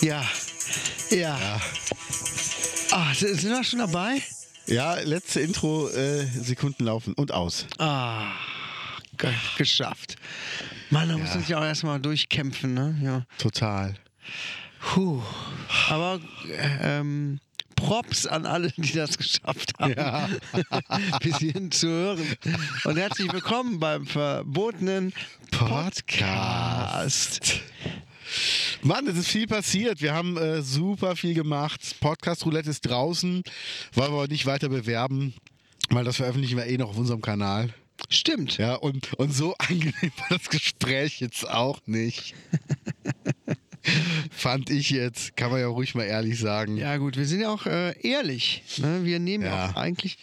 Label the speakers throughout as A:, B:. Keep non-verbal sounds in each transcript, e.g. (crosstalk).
A: Ja, ja. Ah, sind wir schon dabei?
B: Ja, letzte Intro, äh, Sekunden laufen und aus.
A: Ah, ge geschafft. Mann, da muss man sich auch erstmal durchkämpfen, ne? Ja.
B: Total.
A: Puh. Aber äh, ähm, Props an alle, die das geschafft haben,
B: Ja.
A: (laughs) bis hierhin zu hören. Und herzlich willkommen beim verbotenen Podcast.
B: Mann, es ist viel passiert. Wir haben äh, super viel gemacht. Podcast Roulette ist draußen, wollen wir aber nicht weiter bewerben, weil das veröffentlichen wir eh noch auf unserem Kanal.
A: Stimmt.
B: Ja, und, und so (laughs) angenehm war das Gespräch jetzt auch
A: (laughs)
B: nicht. Fand ich jetzt, kann man ja ruhig mal ehrlich sagen.
A: Ja gut, wir sind ja auch äh, ehrlich. Ne? Wir nehmen ja.
B: Ja.
A: auch eigentlich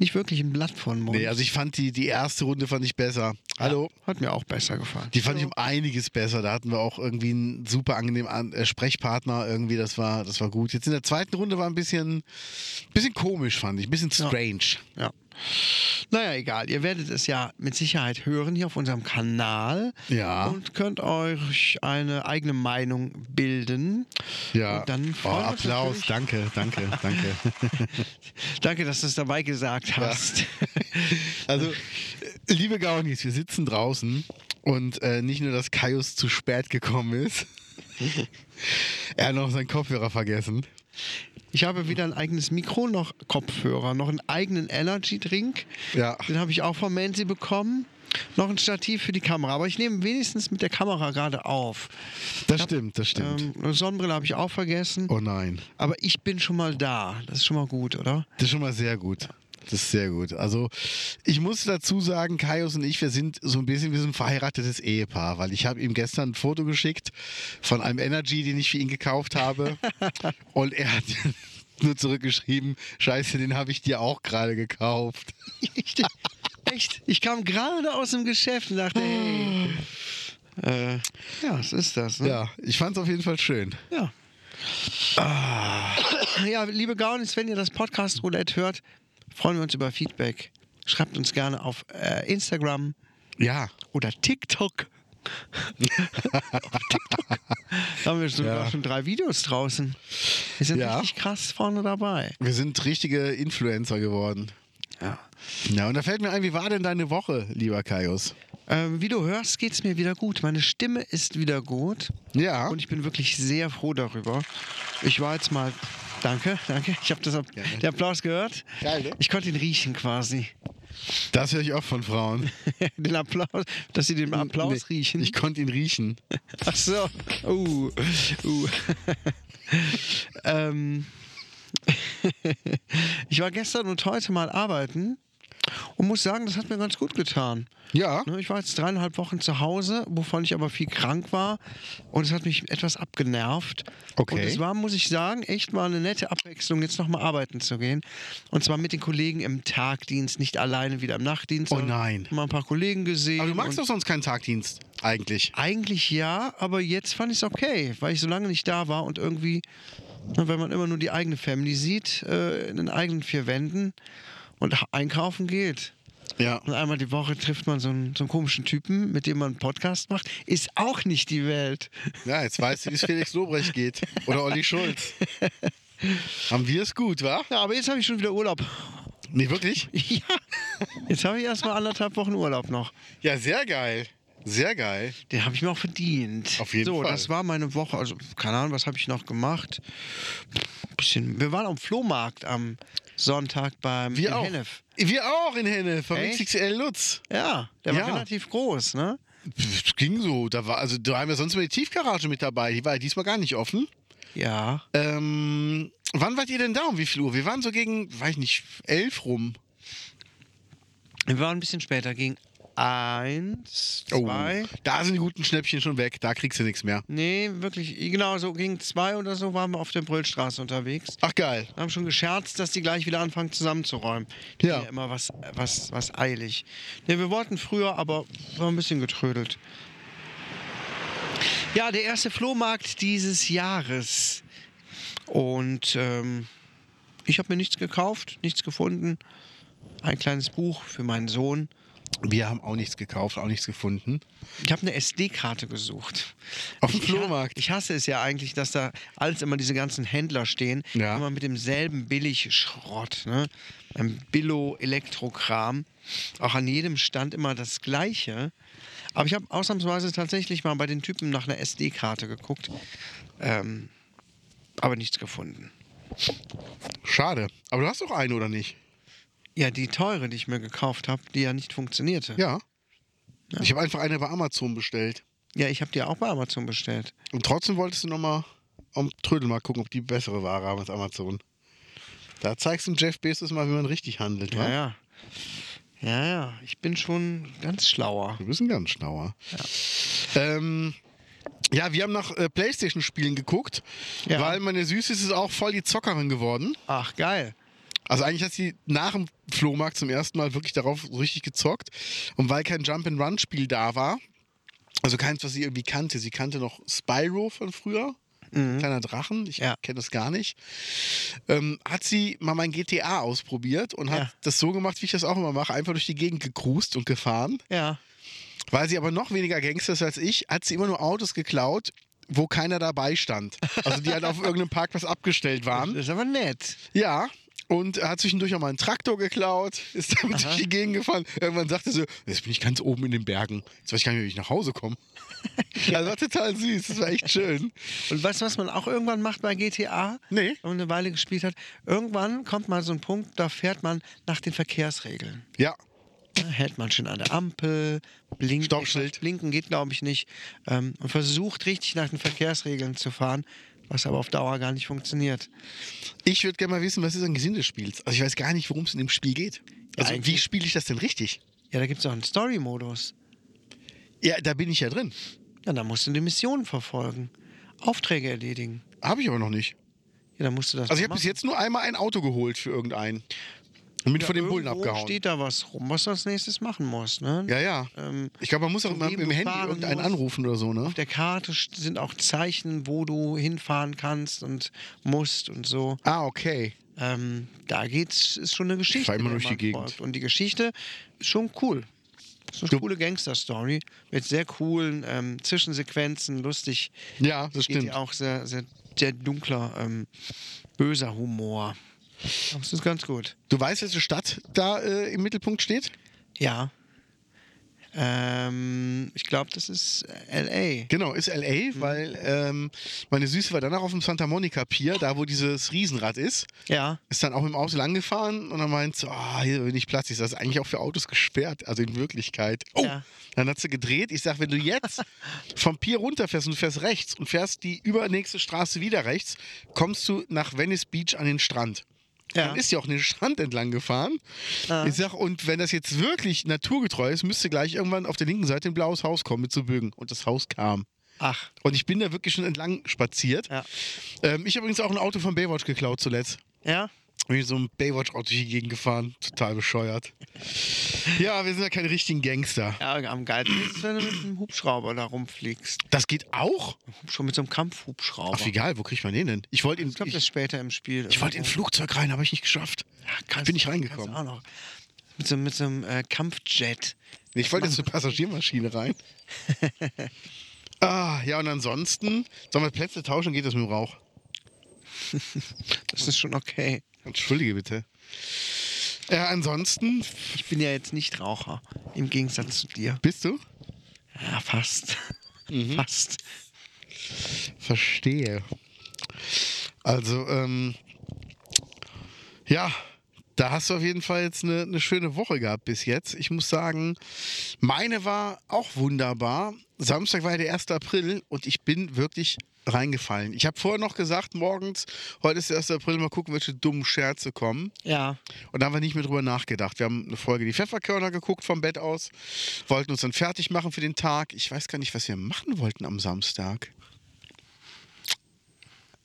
A: nicht wirklich ein Blatt von Mund.
B: Nee, also ich fand die, die erste Runde fand ich besser. Hallo?
A: Hat mir auch besser gefallen.
B: Die fand ich um einiges besser. Da hatten wir auch irgendwie einen super angenehmen An äh, Sprechpartner. Irgendwie, das war, das war gut. Jetzt in der zweiten Runde war ein bisschen, bisschen komisch, fand ich. Ein bisschen strange.
A: Ja. Naja, egal. Ihr werdet es ja mit Sicherheit hören hier auf unserem Kanal.
B: Ja.
A: Und könnt euch eine eigene Meinung bilden.
B: Ja.
A: Und dann
B: oh,
A: freuen wir uns
B: Applaus.
A: natürlich-
B: Danke, danke,
A: (laughs)
B: danke.
A: Danke, dass du es dabei gesagt hast. (laughs)
B: Also, äh, liebe Gaunis, wir sitzen draußen und äh, nicht nur, dass Kaius zu spät gekommen
A: (laughs)
B: ist, er hat noch seinen Kopfhörer vergessen.
A: Ich habe weder ein eigenes Mikro noch Kopfhörer, noch einen eigenen Energy Drink.
B: Ja.
A: Den habe ich auch von Mansi bekommen. Noch ein Stativ für die Kamera. Aber ich nehme wenigstens mit der Kamera gerade auf.
B: Das stimmt, das stimmt.
A: Ähm, eine Sonnenbrille habe ich auch vergessen.
B: oh nein.
A: Aber ich bin schon mal da. Das ist schon mal gut, (laughs) oder?
B: Das ist schon mal sehr gut. Das ist sehr gut. Also, ich muss dazu sagen, Kaius und ich, wir sind so ein bisschen wie so ein verheiratetes Ehepaar, weil ich habe ihm gestern ein Foto geschickt von einem Energy, den ich für ihn gekauft habe. und er hat (laughs) nur zurückgeschrieben, scheiße, den habe ich dir auch gerade gekauft.
A: Ich, echt? Ich kam gerade aus dem Geschäft und dachte, hey. Äh, ja, was ist das? Ne?
B: Ja, ich fand es auf jeden Fall schön.
A: Ja. Ah. Ja, liebe Gaunis, wenn ihr das Podcast Roulette hört, freuen wir uns über Feedback. Schreibt uns gerne auf äh, Instagram
B: Ja.
A: oder TikTok. Auf TikTok. Da haben wir sogar
B: Ja.
A: schon drei Videos draußen. Wir sind
B: Ja.
A: richtig krass vorne dabei.
B: Wir sind richtige Influencer geworden.
A: Ja.
B: Ja, und da fällt mir ein, wie war denn deine Woche, lieber Kaius?
A: Ähm, wie du hörst, geht es mir wieder gut. Meine Stimme ist wieder gut.
B: Ja.
A: Und ich bin wirklich sehr froh darüber. Ich war jetzt mal. Danke, danke. Ich habe das App-
B: Gerne.
A: den Applaus gehört.
B: Geil, ne?
A: Ich konnte ihn riechen quasi. (laughs)
B: Das höre ich auch von Frauen.
A: den Applaus, dass sie den Applaus
B: Nee,
A: riechen.
B: Ich konnte ihn riechen.
A: Ach so. Uh. Uh. (laughs) ähm. (laughs) ich war gestern und heute mal arbeiten und muss sagen, das hat mir ganz gut getan. (laughs)
B: Ja.
A: Ne, Ich war jetzt dreieinhalb Wochen zu Hause, wovon ich aber viel krank war und es hat mich etwas abgenervt.
B: Okay.
A: Und es war, muss ich sagen, echt mal eine nette Abwechslung, jetzt nochmal arbeiten zu gehen. Und zwar mit den Kollegen im Tagdienst, nicht alleine wieder im Nachtdienst.
B: Oh
A: sondern
B: nein.
A: Mal ein paar Kollegen gesehen.
B: Aber du magst
A: und-
B: doch sonst keinen Tagdienst, eigentlich.
A: Eigentlich ja, aber jetzt fand ich es okay, weil ich so lange nicht da war und irgendwie, na, wenn man immer nur die eigene Family sieht, äh, in den eigenen vier Wänden und ha- einkaufen geht.
B: Ja.
A: Und einmal die Woche trifft man so einen, so einen komischen Typen, mit dem man einen Podcast macht. Ist auch nicht die Welt.
B: Ja, jetzt weißt du, wie es Felix Lobrecht geht. Oder Olli Schulz.
A: (laughs)
B: Haben wir es gut, wa?
A: Ja, aber jetzt habe ich schon wieder Urlaub. (laughs)
B: Nee, wirklich?
A: ja. Jetzt habe ich erstmal anderthalb Wochen Urlaub noch.
B: Ja, sehr geil. Sehr geil.
A: Den habe ich mir auch verdient.
B: Auf jeden
A: so,
B: Fall.
A: das war meine Woche. Also, keine Ahnung, was habe ich noch gemacht? Bisschen. Wir waren am Flohmarkt am Sonntag beim
B: Wir
A: in
B: auch.
A: Hennef.
B: Wir auch in Henne vom
A: Echt?
B: XXL Lutz.
A: Ja, der war
B: Ja.
A: relativ groß, ne?
B: Pff, ging so. Da war, also da haben wir sonst immer die Tiefgarage mit dabei. Die war ja diesmal gar nicht offen.
A: Ja.
B: Ähm, wann wart ihr denn da? Um wie viel Uhr? Wir waren so gegen, weiß ich nicht, elf rum.
A: Wir waren ein bisschen später, gegen eins,
B: Oh.
A: zwei.
B: Da sind die guten Schnäppchen schon weg. Da kriegst du nichts mehr.
A: Nee, wirklich, genau, so gegen zwei oder so waren wir auf der Brüllstraße unterwegs.
B: Ach geil.
A: Wir haben schon gescherzt, dass die gleich wieder anfangen zusammenzuräumen. Die
B: Ja.
A: haben Immer was, was, was eilig. Nee, wir wollten früher, aber war ein bisschen getrödelt. Ja, der erste Flohmarkt dieses Jahres. Und ähm, ich habe mir nichts gekauft, nichts gefunden. Ein kleines Buch für meinen Sohn.
B: Wir haben auch nichts gekauft, auch nichts gefunden.
A: Ich habe eine SD-Karte gesucht.
B: Auf dem
A: Ich-
B: Flohmarkt.
A: Ich hasse es ja eigentlich, dass da alles immer diese ganzen Händler stehen.
B: Ja.
A: Immer mit demselben Billigschrott. Ne? Ein Billo-Elektrokram. Auch an jedem Stand immer das Gleiche. Aber ich habe ausnahmsweise tatsächlich mal bei den Typen nach einer SD-Karte geguckt. Ähm, aber nichts gefunden.
B: Schade. Aber du hast doch eine, oder nicht?
A: Ja, die teure, die ich mir gekauft habe, die ja nicht funktionierte.
B: Ja. Ich habe einfach eine bei Amazon bestellt.
A: ja ich habe die auch bei Amazon bestellt.
B: Und trotzdem wolltest du nochmal am Trödelmarkt gucken, ob die bessere Ware haben als Amazon. Da zeigst du dem Jeff Bezos mal, wie man richtig handelt. wa?
A: Ja, ja. Ja, ja. Ich bin schon ganz schlauer.
B: Du bist ein ganz schlauer. Ja, ähm, ja wir haben nach äh, Playstation-Spielen geguckt,
A: Ja.
B: weil meine Süße ist auch voll die Zockerin geworden.
A: Ach, geil.
B: Also eigentlich hat sie nach dem Flohmarkt zum ersten Mal wirklich darauf so richtig gezockt. Und weil kein Jump-and-Run-Spiel da war, also keins, was sie irgendwie kannte. Sie kannte noch Spyro von früher. Kleiner Drachen, ich
A: Mhm. Ja.
B: kenne das gar nicht. Ähm, hat sie mal mein GTA ausprobiert und hat
A: Ja.
B: das so gemacht, wie ich das auch immer mache, einfach durch die Gegend gekrust und gefahren.
A: Ja.
B: Weil sie aber noch weniger Gangster ist als ich, hat sie immer nur Autos geklaut, wo keiner dabei stand. Also die halt auf irgendeinem Parkplatz abgestellt
A: Das (laughs)
B: waren.
A: ist aber nett.
B: Ja. Und hat zwischendurch auch mal einen Traktor geklaut, ist damit durch die Gegend gefahren. Irgendwann sagte sie, jetzt bin ich ganz oben in den Bergen. Jetzt weiß ich gar nicht, mehr, wie ich nach Hause
A: (laughs)
B: komme. Also war total süß, das war echt schön.
A: Und weißt du, was man auch irgendwann macht bei GTA?
B: Nee.
A: Wenn man eine Weile gespielt hat. Irgendwann kommt mal so ein Punkt, da fährt man nach den Verkehrsregeln.
B: Ja,
A: Da hält man schön an der Ampel, blinkt.
B: Stoppschild.
A: Blinken geht, glaube ich, nicht. Ähm, und versucht richtig nach den Verkehrsregeln zu fahren, was aber auf Dauer gar nicht funktioniert.
B: ich würde gerne mal wissen, was ist ein Gesinn des Spiels? Also ich weiß gar nicht, worum es in dem Spiel geht. Also wie
A: eigentlich-
B: spiele ich das denn richtig?
A: Ja, da gibt es auch einen Story-Modus.
B: Ja, da bin ich ja drin.
A: Ja, da musst du eine Mission verfolgen, Aufträge erledigen.
B: Habe ich aber noch nicht.
A: Ja, dann musst du das
B: Also ich
A: mal
B: habe bis
A: machen.
B: jetzt nur einmal ein Auto geholt für irgendeinen. Und bin von den Bullen
A: Irgendwo
B: abgehauen.
A: steht da was rum, was du als nächstes machen musst. Ne?
B: ja, ja.
A: Ähm,
B: ich glaube, man muss auch
A: zu
B: immer
A: wem
B: im
A: du
B: Handy
A: fahren
B: irgendeinen
A: musst.
B: anrufen oder so, ne?
A: Auf der Karte st- sind auch Zeichen, wo du hinfahren kannst und musst und so.
B: Ah, okay.
A: Ähm, da geht's, ist schon eine Geschichte.
B: fahr immer
A: der
B: durch die
A: man
B: Gegend.
A: folgt. Und die Geschichte ist schon cool. Ist eine coole Gangster-Story mit sehr coolen ähm, Zwischensequenzen, lustig.
B: Ja, das
A: Geht
B: stimmt.
A: ja auch sehr, sehr, sehr dunkler, ähm, böser Humor. Das ist ganz gut.
B: Du weißt, welche Stadt da äh, im Mittelpunkt steht?
A: Ja. Ähm, ich glaube, das ist L.A.
B: Genau, ist LA, weil ähm, meine Süße war danach auf dem Santa Monica Pier, da wo dieses Riesenrad ist.
A: Ja.
B: Ist dann auch mit dem Auto lang gefahren und dann meint sie, ah, hier bin ich Platz. Ich sag, Das ist eigentlich auch für Autos gesperrt, also in Wirklichkeit. Oh,
A: Ja.
B: dann hat sie gedreht. Ich sag, wenn du jetzt vom Pier runterfährst und du fährst rechts und fährst die übernächste Straße wieder rechts, kommst du nach Venice Beach an den Strand.
A: Ja.
B: Dann ist sie auch den Strand entlang gefahren.
A: Ah.
B: Ich sag, und wenn das jetzt wirklich naturgetreu ist, müsste gleich irgendwann auf der linken Seite ein blaues Haus kommen mit so Bögen. Und das Haus kam.
A: Ach.
B: Und ich bin da wirklich schon entlang spaziert.
A: Ja.
B: Ähm, ich habe übrigens auch ein Auto von Baywatch geklaut zuletzt.
A: Ja.
B: Bin ich so einem Baywatch-Auto durch die Gegend gefahren. Total bescheuert. Ja, wir sind ja keine richtigen Gangster.
A: Ja, am geilsten ist es, wenn du mit einem Hubschrauber da rumfliegst.
B: Das geht auch?
A: Schon mit so einem Kampfhubschrauber.
B: Ach, egal, wo kriegt man den denn? Ich wollte ihn.
A: ich glaube, das
B: ich
A: ist später im Spiel.
B: ich wollte in ein Flugzeug rein, habe ich nicht geschafft.
A: kannst,
B: bin ich
A: kannst
B: reingekommen.
A: Auch noch. Mit so, mit so einem äh, Kampfjet.
B: Nee, ich wollte in so eine Passagiermaschine
A: (laughs)
B: rein. ah, ja, und ansonsten, sollen wir Plätze tauschen, geht das mit dem Rauch?
A: Das ist schon okay.
B: Entschuldige bitte. Ja, ansonsten
A: Ich bin ja jetzt nicht Raucher. Im Gegensatz zu dir.
B: bist du?
A: Ja, Ja, fast. Fast.
B: Verstehe. Also, ähm, ja, da hast du auf jeden Fall jetzt eine, eine schöne Woche gehabt bis jetzt. Ich muss sagen, meine war auch wunderbar. Samstag war ja der 1. April und ich bin wirklich reingefallen. Ich habe vorher noch gesagt, morgens, heute ist der 1. April, mal gucken, welche dummen Scherze kommen.
A: Ja.
B: Und da haben wir nicht mehr drüber nachgedacht. Wir haben eine Folge die Pfefferkörner geguckt vom Bett aus, wollten uns dann fertig machen für den Tag. Ich weiß gar nicht, was wir machen wollten am Samstag.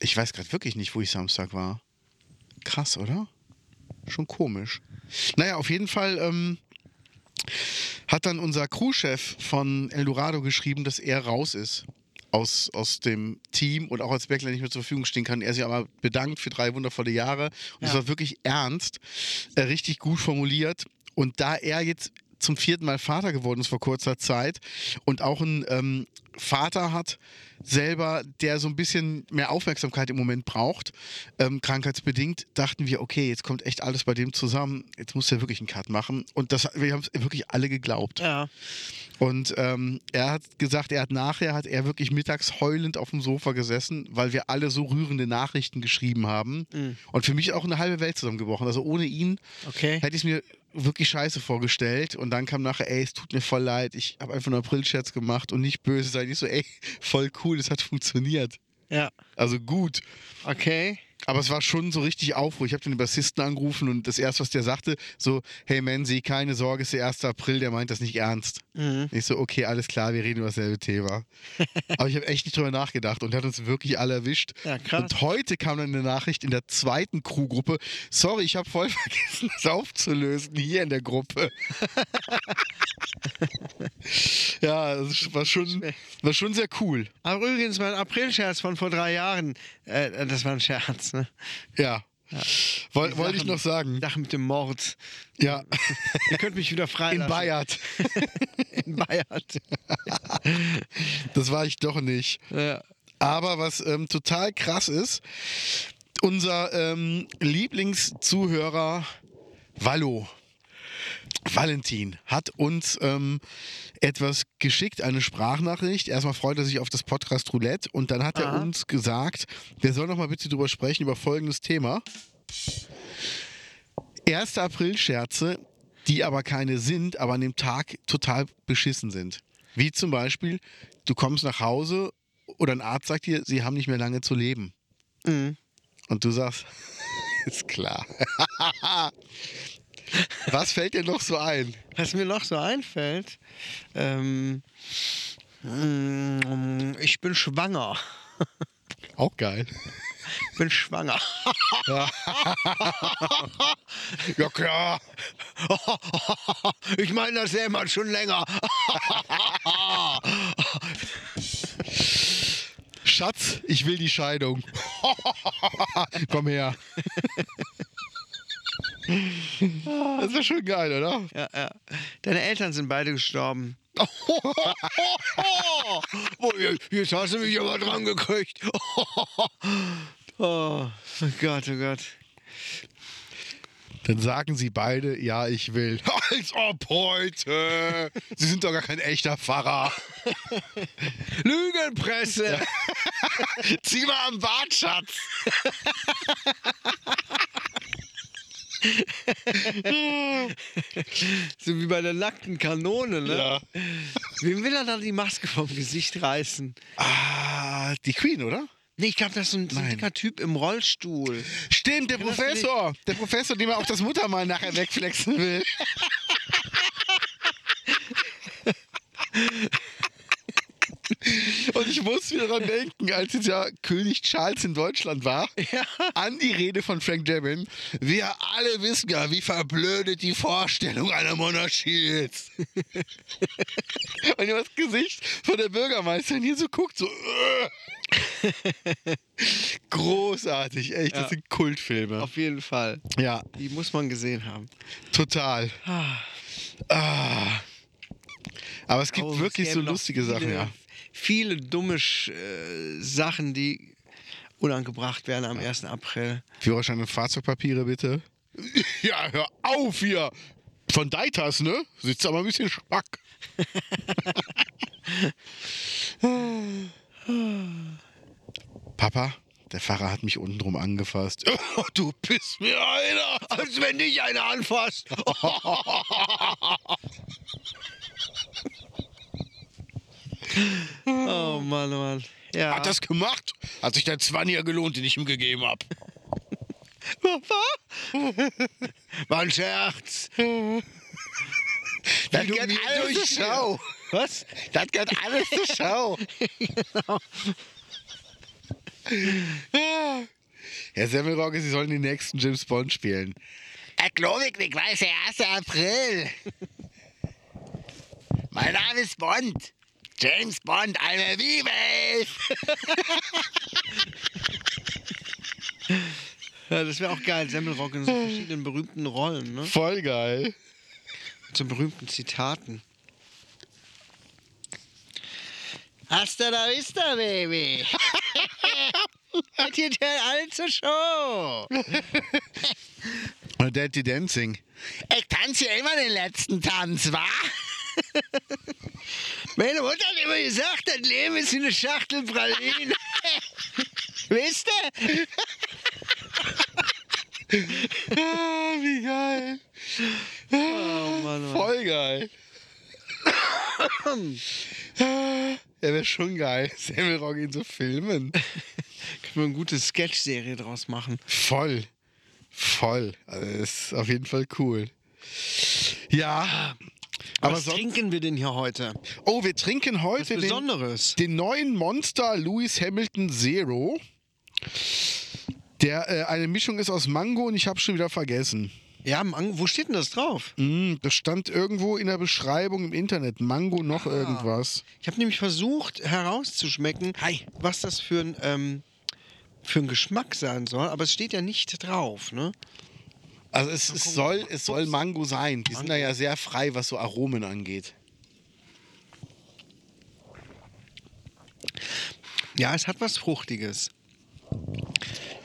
B: Ich weiß gerade wirklich nicht, wo ich Samstag war. Krass, oder? Schon komisch. Naja, auf jeden Fall ähm, hat dann unser Crewchef von Eldorado geschrieben, dass er raus ist aus, aus dem Team und auch als Backline nicht mehr zur Verfügung stehen kann. Er sich aber bedankt für drei wundervolle Jahre. Und es
A: Ja.
B: war wirklich ernst, äh, richtig gut formuliert. Und da er jetzt zum vierten Mal Vater geworden ist vor kurzer Zeit und auch ein ähm, Vater hat selber, der so ein bisschen mehr Aufmerksamkeit im Moment braucht, ähm, krankheitsbedingt, dachten wir, okay, jetzt kommt echt alles bei dem zusammen, jetzt muss er wirklich einen Cut machen. Und das, wir haben es wirklich alle geglaubt.
A: Ja.
B: Und ähm, er hat gesagt, er hat nachher, hat er wirklich mittags heulend auf dem Sofa gesessen, weil wir alle so rührende Nachrichten geschrieben haben. Und für mich auch eine halbe Welt zusammengebrochen. Also ohne ihn
A: Okay.
B: hätte ich es mir wirklich scheiße vorgestellt. Und dann kam nachher, ey, es tut mir voll leid, ich habe einfach einen April-Scherz gemacht und nicht böse sein. Ich so, ey, (laughs) voll cool, es hat funktioniert.
A: Ja.
B: Also gut.
A: Okay.
B: Aber es war schon so richtig Aufruhr. Ich habe den Bassisten angerufen und das erste, was der sagte, so, hey Mansi, keine Sorge, es ist der 1. April, der meint das nicht ernst.
A: Mhm.
B: Ich so, okay, alles klar, wir reden über dasselbe
A: (laughs)
B: Thema. Aber ich habe echt nicht drüber nachgedacht und hat uns wirklich alle erwischt.
A: Ja, krass.
B: Und heute kam dann eine Nachricht in der zweiten Crewgruppe. Sorry, ich habe voll (laughs) vergessen, das aufzulösen hier in der Gruppe.
A: (laughs)
B: ja, das war schon, war schon sehr cool.
A: Aber übrigens, mein April-Scherz von vor drei Jahren, äh, das war ein Scherz, ne?
B: Ja. Woll, Wollte ich
A: Sachen-
B: noch sagen.
A: Sache mit dem Mord.
B: Ja,
A: Ihr könnt mich wieder
B: in
A: freilassen.
B: Bayard.
A: In Bayern.
B: Das war ich doch nicht.
A: Ja.
B: Aber was ähm, total krass ist, unser ähm, Lieblingszuhörer Wallo, Valentin, hat uns ähm, etwas geschickt, eine Sprachnachricht. Erstmal freut er sich auf das Podcast Roulette und dann hat er
A: Aha.
B: uns gesagt, wir sollen noch mal bitte drüber sprechen, über folgendes Thema. 1. April-Scherze, die aber keine sind, aber an dem Tag total beschissen sind. Wie zum Beispiel, du kommst nach Hause oder ein Arzt sagt dir, sie haben nicht mehr lange zu leben.
A: Mhm.
B: Und du sagst, (laughs) ist klar. (laughs) Was fällt dir noch so ein?
A: Was mir noch so einfällt, ähm, mm, ich bin schwanger. (laughs)
B: Auch geil.
A: Ich bin schwanger. (laughs)
B: Ja klar.
A: Ich meine das selber schon länger.
B: Schatz, ich will die Scheidung. Komm her. Das wäre schon geil, oder?
A: Ja, ja. Deine Eltern sind beide (laughs) gestorben. Oh, jetzt- jetzt hast du mich aber dran gekriegt. (laughs) Oh, oh Gott, oh Gott.
B: Dann sagen sie beide, ja, ich will. Als ob heute. Sie sind doch gar kein echter Pfarrer.
A: Lügenpresse!
B: Zieh mal am Bart, Schatz.
A: So wie bei der nackten Kanone, ne?
B: Ja.
A: Wem will er dann die Maske vom Gesicht reißen?
B: Ah, die Queen, oder?
A: Nee, ich glaube, das ist so ein, so ein
B: Nein.
A: dicker Typ im Rollstuhl.
B: Stimmt, der
A: das
B: Professor. Der Professor, dem er auch das Muttermal nachher wegflexen
A: (laughs)
B: will. Und ich muss wieder dran denken, als jetzt ja König Charles in Deutschland war, an die Rede von Frank Drebin. Wir alle wissen ja, wie verblödet die Vorstellung einer Monarchie ist. Und ihr das Gesicht von der Bürgermeisterin hier so guckt, so. äh.
A: (laughs)
B: Großartig, echt, das
A: Ja.
B: sind Kultfilme.
A: Auf jeden Fall.
B: Ja,
A: Die muss man gesehen haben.
B: total. Ah. Aber es gibt
A: Oh, es
B: wirklich so
A: gäbe noch
B: lustige
A: viele,
B: Sachen, ja.
A: Viele dumme Sch äh, Sachen, die unangebracht werden am 1. April.
B: Führerschein und Fahrzeugpapiere bitte. (laughs) Ja, hör auf hier. Von Deitas, ne? Sitzt aber ein bisschen schwack. (laughs) Papa, der Pfarrer hat mich untenrum angefasst. (laughs) Oh, du bist mir einer, als wenn dich einer anfasst.
A: Oh Mann, oh Mann. Ja.
B: Hat das gemacht? Hat sich dein Zwannier gelohnt, den ich ihm gegeben habe. War ein (laughs) Scherz. Das
A: du
B: gehört
A: mir
B: alles zur
A: durchführst.
B: Schau.
A: Was?
B: Das gehört alles zur Schau. Genau. Herr Semmelrogge, Sie sollen den nächsten James Bond spielen. Herr Klobig, weiß, der 1. April. Mein Name ist Bond. James Bond, eine Bibel.
A: Ja, das wäre auch geil. Semmelrock in so verschiedenen berühmten Rollen, ne?
B: Voll geil.
A: Zu berühmten Zitaten. Hasta la vista, Baby! Seid ihr denn alle
B: (laughs)
A: zur Show?
B: Und Dirty Dancing. Ich tanze ja immer den letzten Tanz, wa?
A: (laughs) Meine Mutter hat immer gesagt, das Leben ist wie eine Schachtel Pralinen. (laughs) Wisst ihr?
B: Ah, wie geil.
A: Oh Mann, Mann.
B: Voll geil. Ah, ja, wäre schon geil, Semmelrock ihn zu filmen.
A: Können wir eine gute Sketch-Serie draus machen.
B: Voll. Voll. Also, das ist auf jeden Fall cool. Ja. Aber
A: Was
B: sonst.
A: trinken wir denn hier heute?
B: Oh, wir trinken heute den,
A: Besonderes.
B: den neuen Monster Lewis Hamilton Zero. Der äh, eine Mischung ist aus Mango und ich habe schon wieder vergessen.
A: Ja, Mango, wo steht denn das drauf?
B: Mm, das stand irgendwo in der Beschreibung im Internet. Mango noch irgendwas.
A: Ich habe nämlich versucht herauszuschmecken, was das für ein, ähm, für ein Geschmack sein soll, aber es steht ja nicht drauf, ne?
B: Also es, es, soll, es soll Mango sein. Die sind da ja sehr frei, was so Aromen angeht.
A: Ja, es hat was Fruchtiges.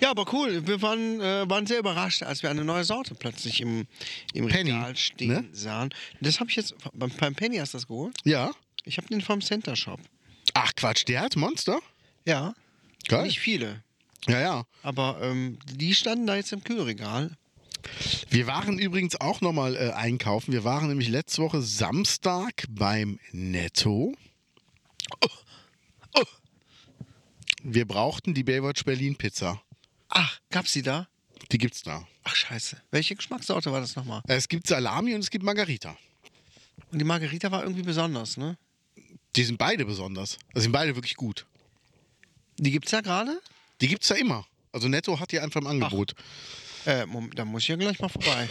A: Ja, aber cool. Wir waren, äh, waren sehr überrascht, als wir eine neue Sorte plötzlich im, im
B: Penny,
A: Regal stehen
B: ne?
A: sahen. Das habe ich jetzt beim, beim Penny hast du das geholt.
B: Ja.
A: Ich habe den vom Center Shop.
B: Ach Quatsch, der hat Monster?
A: Ja.
B: Geil.
A: Nicht viele,
B: Ja, ja.
A: aber ähm, die standen da jetzt im Kühlregal.
B: Wir waren übrigens auch nochmal äh, einkaufen. Wir waren nämlich letzte Woche Samstag beim Netto. Oh, Wir brauchten die Baywatch Berlin Pizza.
A: Ach, gab's die da?
B: Die gibt's da. Äh,
A: Ach scheiße. Welche Geschmackssorte war das nochmal?
B: Es gibt Salami und es gibt Margarita.
A: Und die Margarita war irgendwie besonders, ne?
B: Die sind beide besonders. Also sind beide wirklich gut.
A: Die gibt's ja gerade?
B: Die gibt's da immer. Also Netto hat die einfach im Angebot.
A: Äh, Moment, da muss ich ja gleich mal vorbei.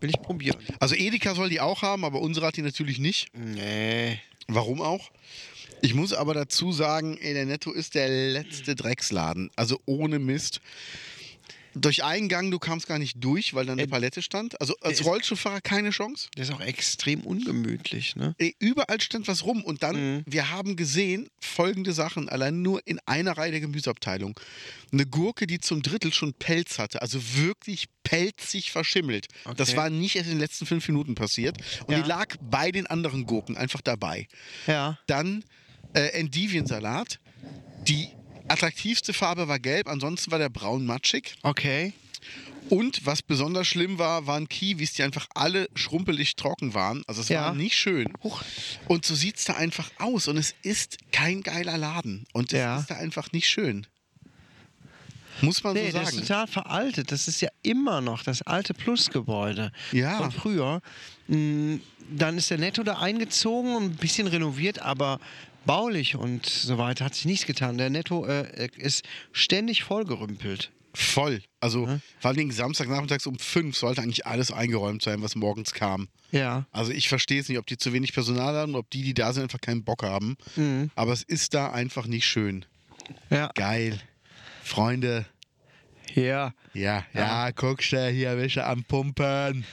A: Will ich probieren.
B: Also Edeka soll die auch haben, aber unsere hat die natürlich nicht.
A: Nee.
B: Warum auch? Ich muss aber dazu sagen, ey, der Netto ist der letzte Drecksladen. Also ohne Mist. Durch einen Gang, du kamst gar nicht durch, weil da eine Palette stand. Also als
A: ist-
B: Rollstuhlfahrer keine Chance.
A: Der ist auch extrem ungemütlich, ne?
B: Ey, Überall stand was rum. Und dann, wir haben gesehen, folgende Sachen, allein nur in einer Reihe der Gemüseabteilung. Eine Gurke, die zum Drittel schon Pelz hatte, also wirklich pelzig verschimmelt. Das
A: Okay.
B: war nicht erst in den letzten fünf Minuten passiert. Und
A: Ja.
B: die lag bei den anderen Gurken einfach dabei.
A: Ja.
B: Dann äh, Endiviensalat. Die attraktivste Farbe war gelb, ansonsten war der braun matschig.
A: Okay.
B: Und was besonders schlimm war, waren Kiwis, die einfach alle schrumpelig trocken waren. Also es
A: Ja.
B: war nicht schön. Und so sieht es da einfach aus. Und es ist kein geiler Laden. Und es
A: Ja.
B: ist da einfach nicht schön. Muss man
A: Nee,
B: so
A: das ist
B: sagen.
A: total veraltet. Das ist ja immer noch das alte Plusgebäude
B: Ja.
A: von früher. Mm, Dann ist der Netto da eingezogen und ein bisschen renoviert, aber baulich und so weiter hat sich nichts getan. Der Netto äh, ist ständig vollgerümpelt.
B: Voll. Also vor allen Dingen Samstagnachmittags um fünf sollte eigentlich alles eingeräumt sein, was morgens kam.
A: Ja.
B: Also ich verstehe es nicht, ob die zu wenig Personal haben oder ob die, die da sind, einfach keinen Bock haben. Aber es ist da einfach nicht schön.
A: Ja.
B: Geil. Freunde.
A: Ja.
B: Ja, ja, guckst du hier welche am Pumpen.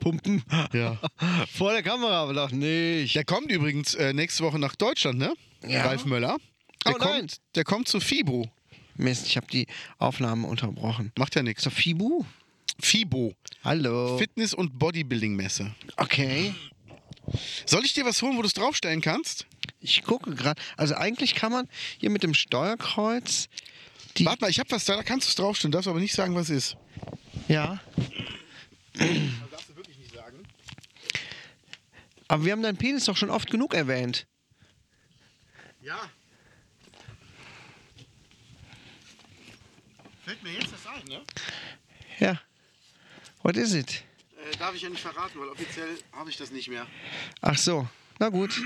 A: Pumpen.
B: Ja.
A: (laughs) Vor der Kamera, aber doch nicht.
B: Der kommt übrigens äh, nächste Woche nach Deutschland, ne?
A: Ja.
B: Ralf Möller. Der,
A: Oh nein.
B: kommt, der kommt zu FIBO.
A: Mist, ich habe die Aufnahme unterbrochen.
B: Macht ja
A: Ist
B: nichts.
A: doch Fibu?
B: FIBO.
A: Hallo.
B: Oh. Fitness- und Bodybuilding-Messe.
A: Okay.
B: Soll ich dir was holen, wo du es draufstellen kannst?
A: Ich gucke gerade. Also eigentlich kann man hier mit dem Steuerkreuz die.
B: Warte mal, ich habe was da, da kannst du es draufstellen, darfst aber nicht sagen, was es ist.
A: Ja.
B: Darfst du wirklich nicht sagen?
A: Aber wir haben deinen Penis doch schon oft genug erwähnt.
B: Ja. Fällt mir jetzt das ein, ne?
A: Ja. What is it?
B: Äh, darf ich ja nicht verraten, weil offiziell habe ich das nicht mehr.
A: Ach so. Na gut.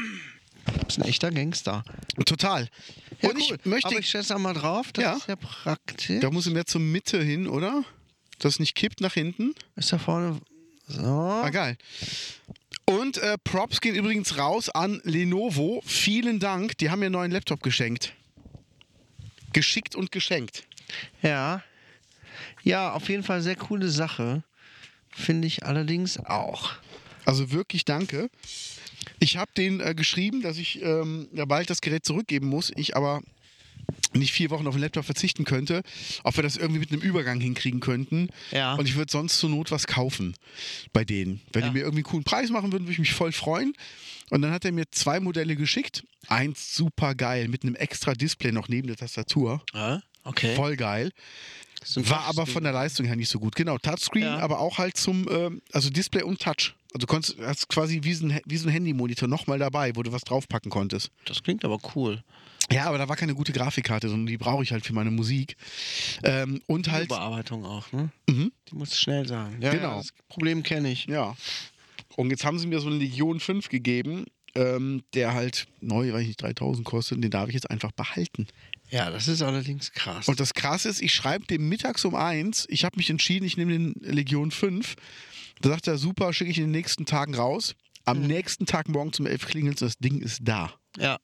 A: Ist ein echter Gangster.
B: Total.
A: Ja,
B: Und
A: cool.
B: ich möchte.
A: Aber ich schätze auch mal drauf. Das
B: Ja.
A: ist ja praktisch.
B: da muss er mehr zur Mitte hin, oder? Das nicht kippt nach hinten.
A: Ist da vorne. So.
B: Ah, geil. Und äh, Props gehen übrigens raus an Lenovo. Vielen Dank. Die haben mir einen neuen Laptop geschenkt. Geschickt und geschenkt.
A: Ja. Ja, auf jeden Fall sehr coole Sache. Finde ich allerdings auch.
B: Also wirklich danke. Ich habe den äh, geschrieben, dass ich ähm, ja bald das Gerät zurückgeben muss. Ich aber nicht vier Wochen auf den Laptop verzichten könnte, ob wir das irgendwie mit einem Übergang hinkriegen könnten.
A: Ja.
B: Und ich würde sonst zur Not was kaufen bei denen. Wenn
A: Ja.
B: die mir irgendwie einen coolen Preis machen würden, würde ich mich voll freuen. Und dann hat er mir zwei Modelle geschickt. Eins super geil, mit einem extra Display noch neben der Tastatur.
A: Okay.
B: Voll geil. War aber von der Leistung her nicht so gut. Genau, Touchscreen,
A: Ja.
B: aber auch halt zum, ähm, also Display und Touch. Also du konntest, hast quasi wie so ein, wie so ein Handymonitor nochmal dabei, wo du was draufpacken konntest.
A: Das klingt aber cool.
B: Ja, aber da war keine gute Grafikkarte, sondern die brauche ich halt für meine Musik. Ähm, und halt,
A: Bearbeitung auch, ne? Die muss schnell sein. Ja,
B: Genau.
A: Ja, das Problem kenne ich.
B: ja. Und jetzt haben sie mir so einen Legion 5 gegeben, ähm, der halt neu, weiß ich nicht, 3000 kostet und den darf ich jetzt einfach behalten.
A: Ja, das ist allerdings krass.
B: Und das Krasse ist, ich schreibe dem mittags um eins, ich habe mich entschieden, ich nehme den Legion 5. Da sagt er, super, schicke ich in den nächsten Tagen raus. Am nächsten Tag morgen zum 11 klingelt das Ding ist da.
A: ja.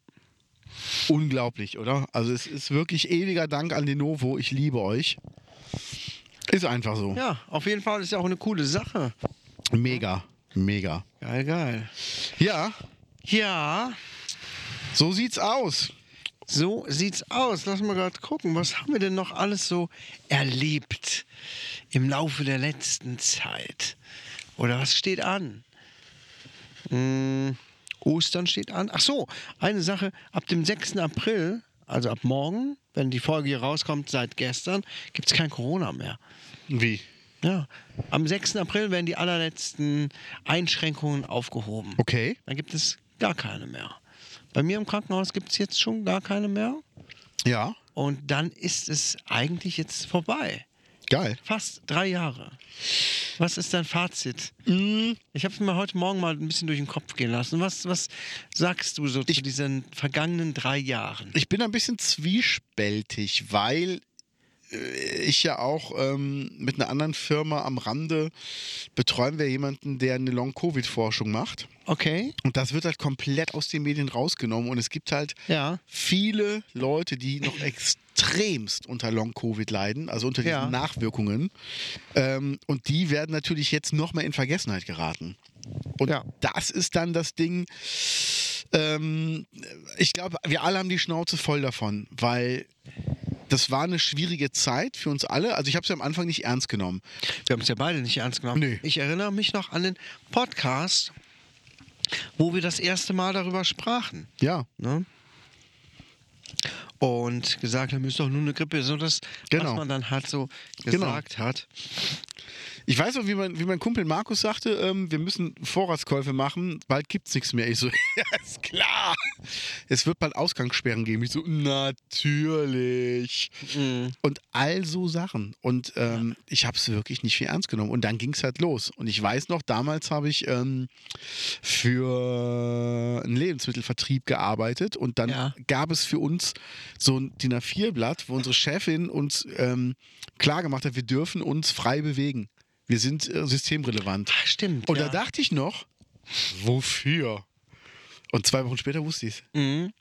B: Unglaublich, oder? Also es ist wirklich ewiger Dank an Lenovo, ich liebe euch. Ist einfach so.
A: ja, auf jeden Fall ist ja auch eine coole Sache.
B: Mega, mega.
A: Geil, geil.
B: Ja,
A: Ja,
B: so sieht's aus.
A: so sieht's aus. Lass mal gerade gucken, was haben wir denn noch alles so erlebt im Laufe der letzten Zeit? Oder was steht an? Hm, Ostern steht an. Ach so, eine Sache, ab dem 6. April, also ab morgen, wenn die Folge hier rauskommt, seit gestern, gibt es kein Corona mehr.
B: Wie?
A: Ja, am 6. April werden die allerletzten Einschränkungen aufgehoben.
B: Okay.
A: Dann gibt es gar keine mehr. Bei mir im Krankenhaus gibt es jetzt schon gar keine mehr.
B: Ja,
A: Und dann ist es eigentlich jetzt vorbei.
B: geil.
A: Fast drei Jahre. Was ist dein Fazit? Ich habe es mir heute Morgen mal ein bisschen durch den Kopf gehen lassen. Was, was sagst du so zu diesen vergangenen drei Jahren?
B: Ich bin ein bisschen zwiespältig, weil äh, ich ja auch ähm, mit einer anderen Firma am Rande betreuen wir jemanden, der eine Long-Covid-Forschung macht.
A: Okay,
B: Und das wird halt komplett aus den Medien rausgenommen. Und es gibt halt
A: ja.
B: viele Leute, die noch extremst unter Long-Covid leiden, also unter diesen
A: Ja.
B: Nachwirkungen. Ähm, und die werden natürlich jetzt noch mehr in Vergessenheit geraten. Und
A: Ja.
B: das ist dann das Ding. Ähm, ich glaube, wir alle haben die Schnauze voll davon, weil das war eine schwierige Zeit für uns alle. Also ich habe es am Anfang nicht ernst genommen.
A: Wir haben es ja beide nicht ernst genommen.
B: Nee.
A: Ich erinnere mich noch an den Podcast, wo wir das erste Mal darüber sprachen.
B: Ja,
A: Ne? Und gesagt haben, ist doch nur eine Grippe. So das,
B: Genau.
A: was man dann halt so
B: Genau.
A: gesagt hat.
B: ich weiß noch, wie mein, wie mein Kumpel Markus sagte, ähm, wir müssen Vorratskäufe machen, bald gibt es nichts mehr. Ich so, (laughs) ja, ist klar. Es wird bald Ausgangssperren geben. Ich so, natürlich.
A: Mhm.
B: Und all so Sachen. Und ähm, ich habe es wirklich nicht viel ernst genommen. Und dann ging es halt los. Und ich weiß noch, damals habe ich ähm, für einen Lebensmittelvertrieb gearbeitet. Und dann
A: Ja.
B: gab es für uns so ein DIN A4-Blatt, wo unsere Chefin uns ähm, klargemacht hat, wir dürfen uns frei bewegen. Wir sind äh, systemrelevant.
A: Ach, stimmt.
B: Und
A: ja.
B: da dachte ich noch, wofür? Und zwei Wochen später wusste ich es.
A: Mhm.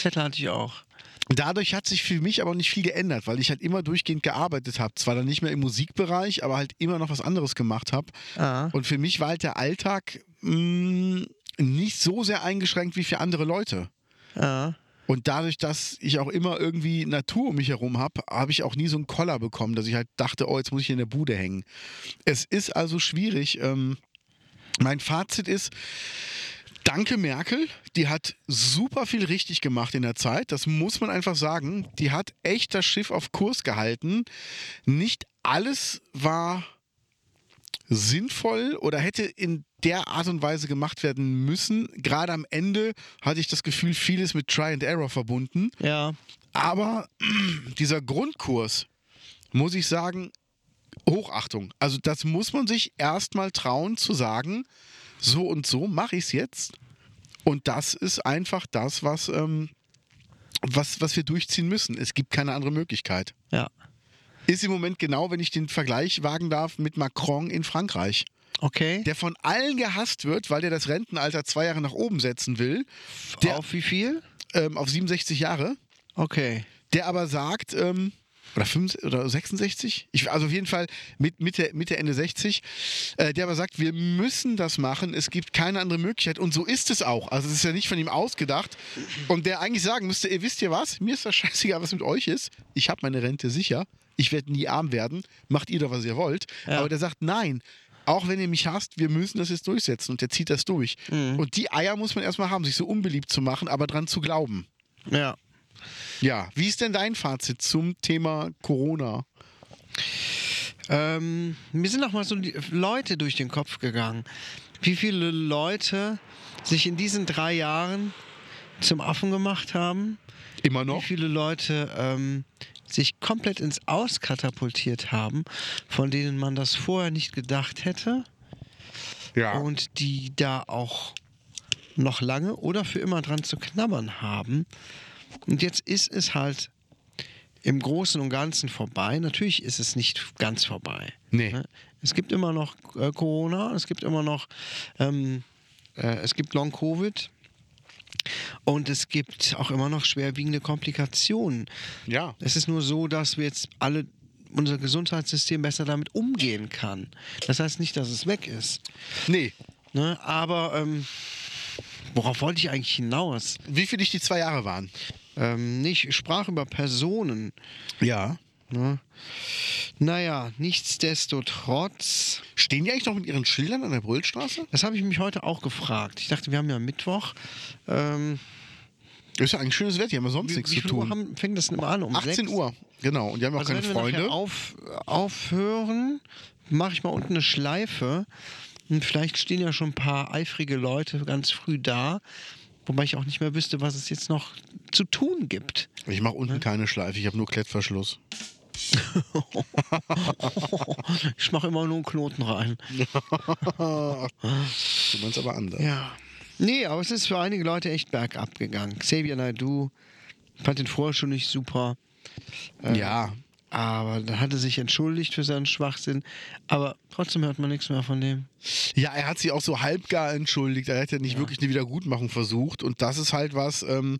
A: Zettel hatte ich auch.
B: Dadurch hat sich für mich aber nicht viel geändert, weil ich halt immer durchgehend gearbeitet habe. Zwar dann nicht mehr im Musikbereich, aber halt immer noch was anderes gemacht habe.
A: Ah.
B: Und für mich war halt der Alltag mh, nicht so sehr eingeschränkt wie für andere Leute.
A: Ah.
B: Und dadurch, dass ich auch immer irgendwie Natur um mich herum habe, habe ich auch nie so einen Koller bekommen, dass ich halt dachte, oh, jetzt muss ich hier in der Bude hängen. Es ist also schwierig. Ähm, mein Fazit ist, danke Merkel, die hat super viel richtig gemacht in der Zeit, das muss man einfach sagen. Die hat echt das Schiff auf Kurs gehalten. Nicht alles war sinnvoll oder hätte in der Art und Weise gemacht werden müssen. Gerade am Ende hatte ich das Gefühl, vieles mit Try and Error verbunden.
A: Ja.
B: Aber (clears throat) dieser Grundkurs, muss ich sagen, Hochachtung. Also das muss man sich erstmal trauen zu sagen, so und so mache ich es jetzt. Und das ist einfach das, was, ähm, was, was wir durchziehen müssen. Es gibt keine andere Möglichkeit.
A: Ja.
B: Ist im Moment genau, wenn ich den Vergleich wagen darf, mit Macron in Frankreich,
A: Okay.
B: der von allen gehasst wird, weil der das Rentenalter zwei Jahre nach oben setzen will, der-
A: Auf wie viel?
B: ähm, auf 67 Jahre.
A: Okay.
B: der aber sagt, ähm, oder, 5, oder 66? Ich, also auf jeden Fall mit Mitte, Mitte Ende 60, äh, der aber sagt, wir müssen das machen, es gibt keine andere Möglichkeit. Und so ist es auch. Also es ist ja nicht von ihm ausgedacht. Und der eigentlich sagen müsste, ihr wisst ihr was, mir ist das (laughs) scheißegal, was mit euch ist. Ich habe meine Rente sicher, ich werde nie arm werden, macht ihr doch, was ihr wollt.
A: Ja.
B: Aber der sagt, nein. Auch wenn ihr mich hasst, wir müssen das jetzt durchsetzen und der zieht das durch. Und die Eier muss man erstmal haben, sich so unbeliebt zu machen, aber dran zu glauben.
A: Ja.
B: Ja, wie ist denn dein Fazit zum Thema Corona?
A: Ähm, mir sind auch mal so die Leute durch den Kopf gegangen. Wie viele Leute sich in diesen drei Jahren zum Affen gemacht haben.
B: Immer
A: Wie viele Leute ähm, sich komplett ins Aus katapultiert haben, von denen man das vorher nicht gedacht hätte.
B: Ja.
A: und die da auch noch lange oder für immer dran zu knabbern haben. Und jetzt ist es halt im Großen und Ganzen vorbei. Natürlich ist es nicht ganz vorbei.
B: Nee.
A: Ne? Es gibt immer noch äh, Corona, es gibt immer noch, ähm, äh, es gibt Long-Covid und es gibt auch immer noch schwerwiegende Komplikationen.
B: ja.
A: Es ist nur so, dass wir jetzt alle unser Gesundheitssystem besser damit umgehen kann. Das heißt nicht, dass es weg ist.
B: Nee.
A: Ne? Aber ähm, worauf wollte ich eigentlich hinaus?
B: Wie für dich die zwei Jahre waren?
A: Ähm, nicht, ich sprach über Personen.
B: Ja.
A: Ne? Naja, nichtsdestotrotz,
B: Stehen die eigentlich noch mit ihren Schildern an der Brüllstraße?
A: das habe ich mich heute auch gefragt. Ich dachte, wir haben ja Mittwoch. Ähm,
B: Ist ja eigentlich schönes Wetter, die haben ja sonst
A: wie,
B: nichts zu
A: wie viel Uhr
B: tun.
A: haben, fängt das denn immer an? Um
B: 18
A: sechs?
B: Uhr, genau. Und die haben auch
A: Also
B: keine
A: wenn wir nachher
B: Freunde.
A: Auf, aufhören, mache ich mal unten eine Schleife. Und vielleicht stehen ja schon ein paar eifrige Leute ganz früh da. Wobei ich auch nicht mehr wüsste, was es jetzt noch zu
B: (laughs)
A: tun gibt.
B: Ich mache unten keine Schleife, ich habe nur Klettverschluss.
A: Ich mache immer nur einen Knoten rein.
B: Du meinst aber anders.
A: Ja. Nee, aber es ist für einige Leute echt bergab gegangen. Xavier Naidoo fand den vorher schon nicht super.
B: Ja.
A: Aber dann hat er sich entschuldigt für seinen Schwachsinn. Aber trotzdem hört man nichts mehr von dem.
B: Ja, er hat sich auch so halbgar entschuldigt. Er hat ja nicht wirklich eine Wiedergutmachung versucht. Und das ist halt was, ähm,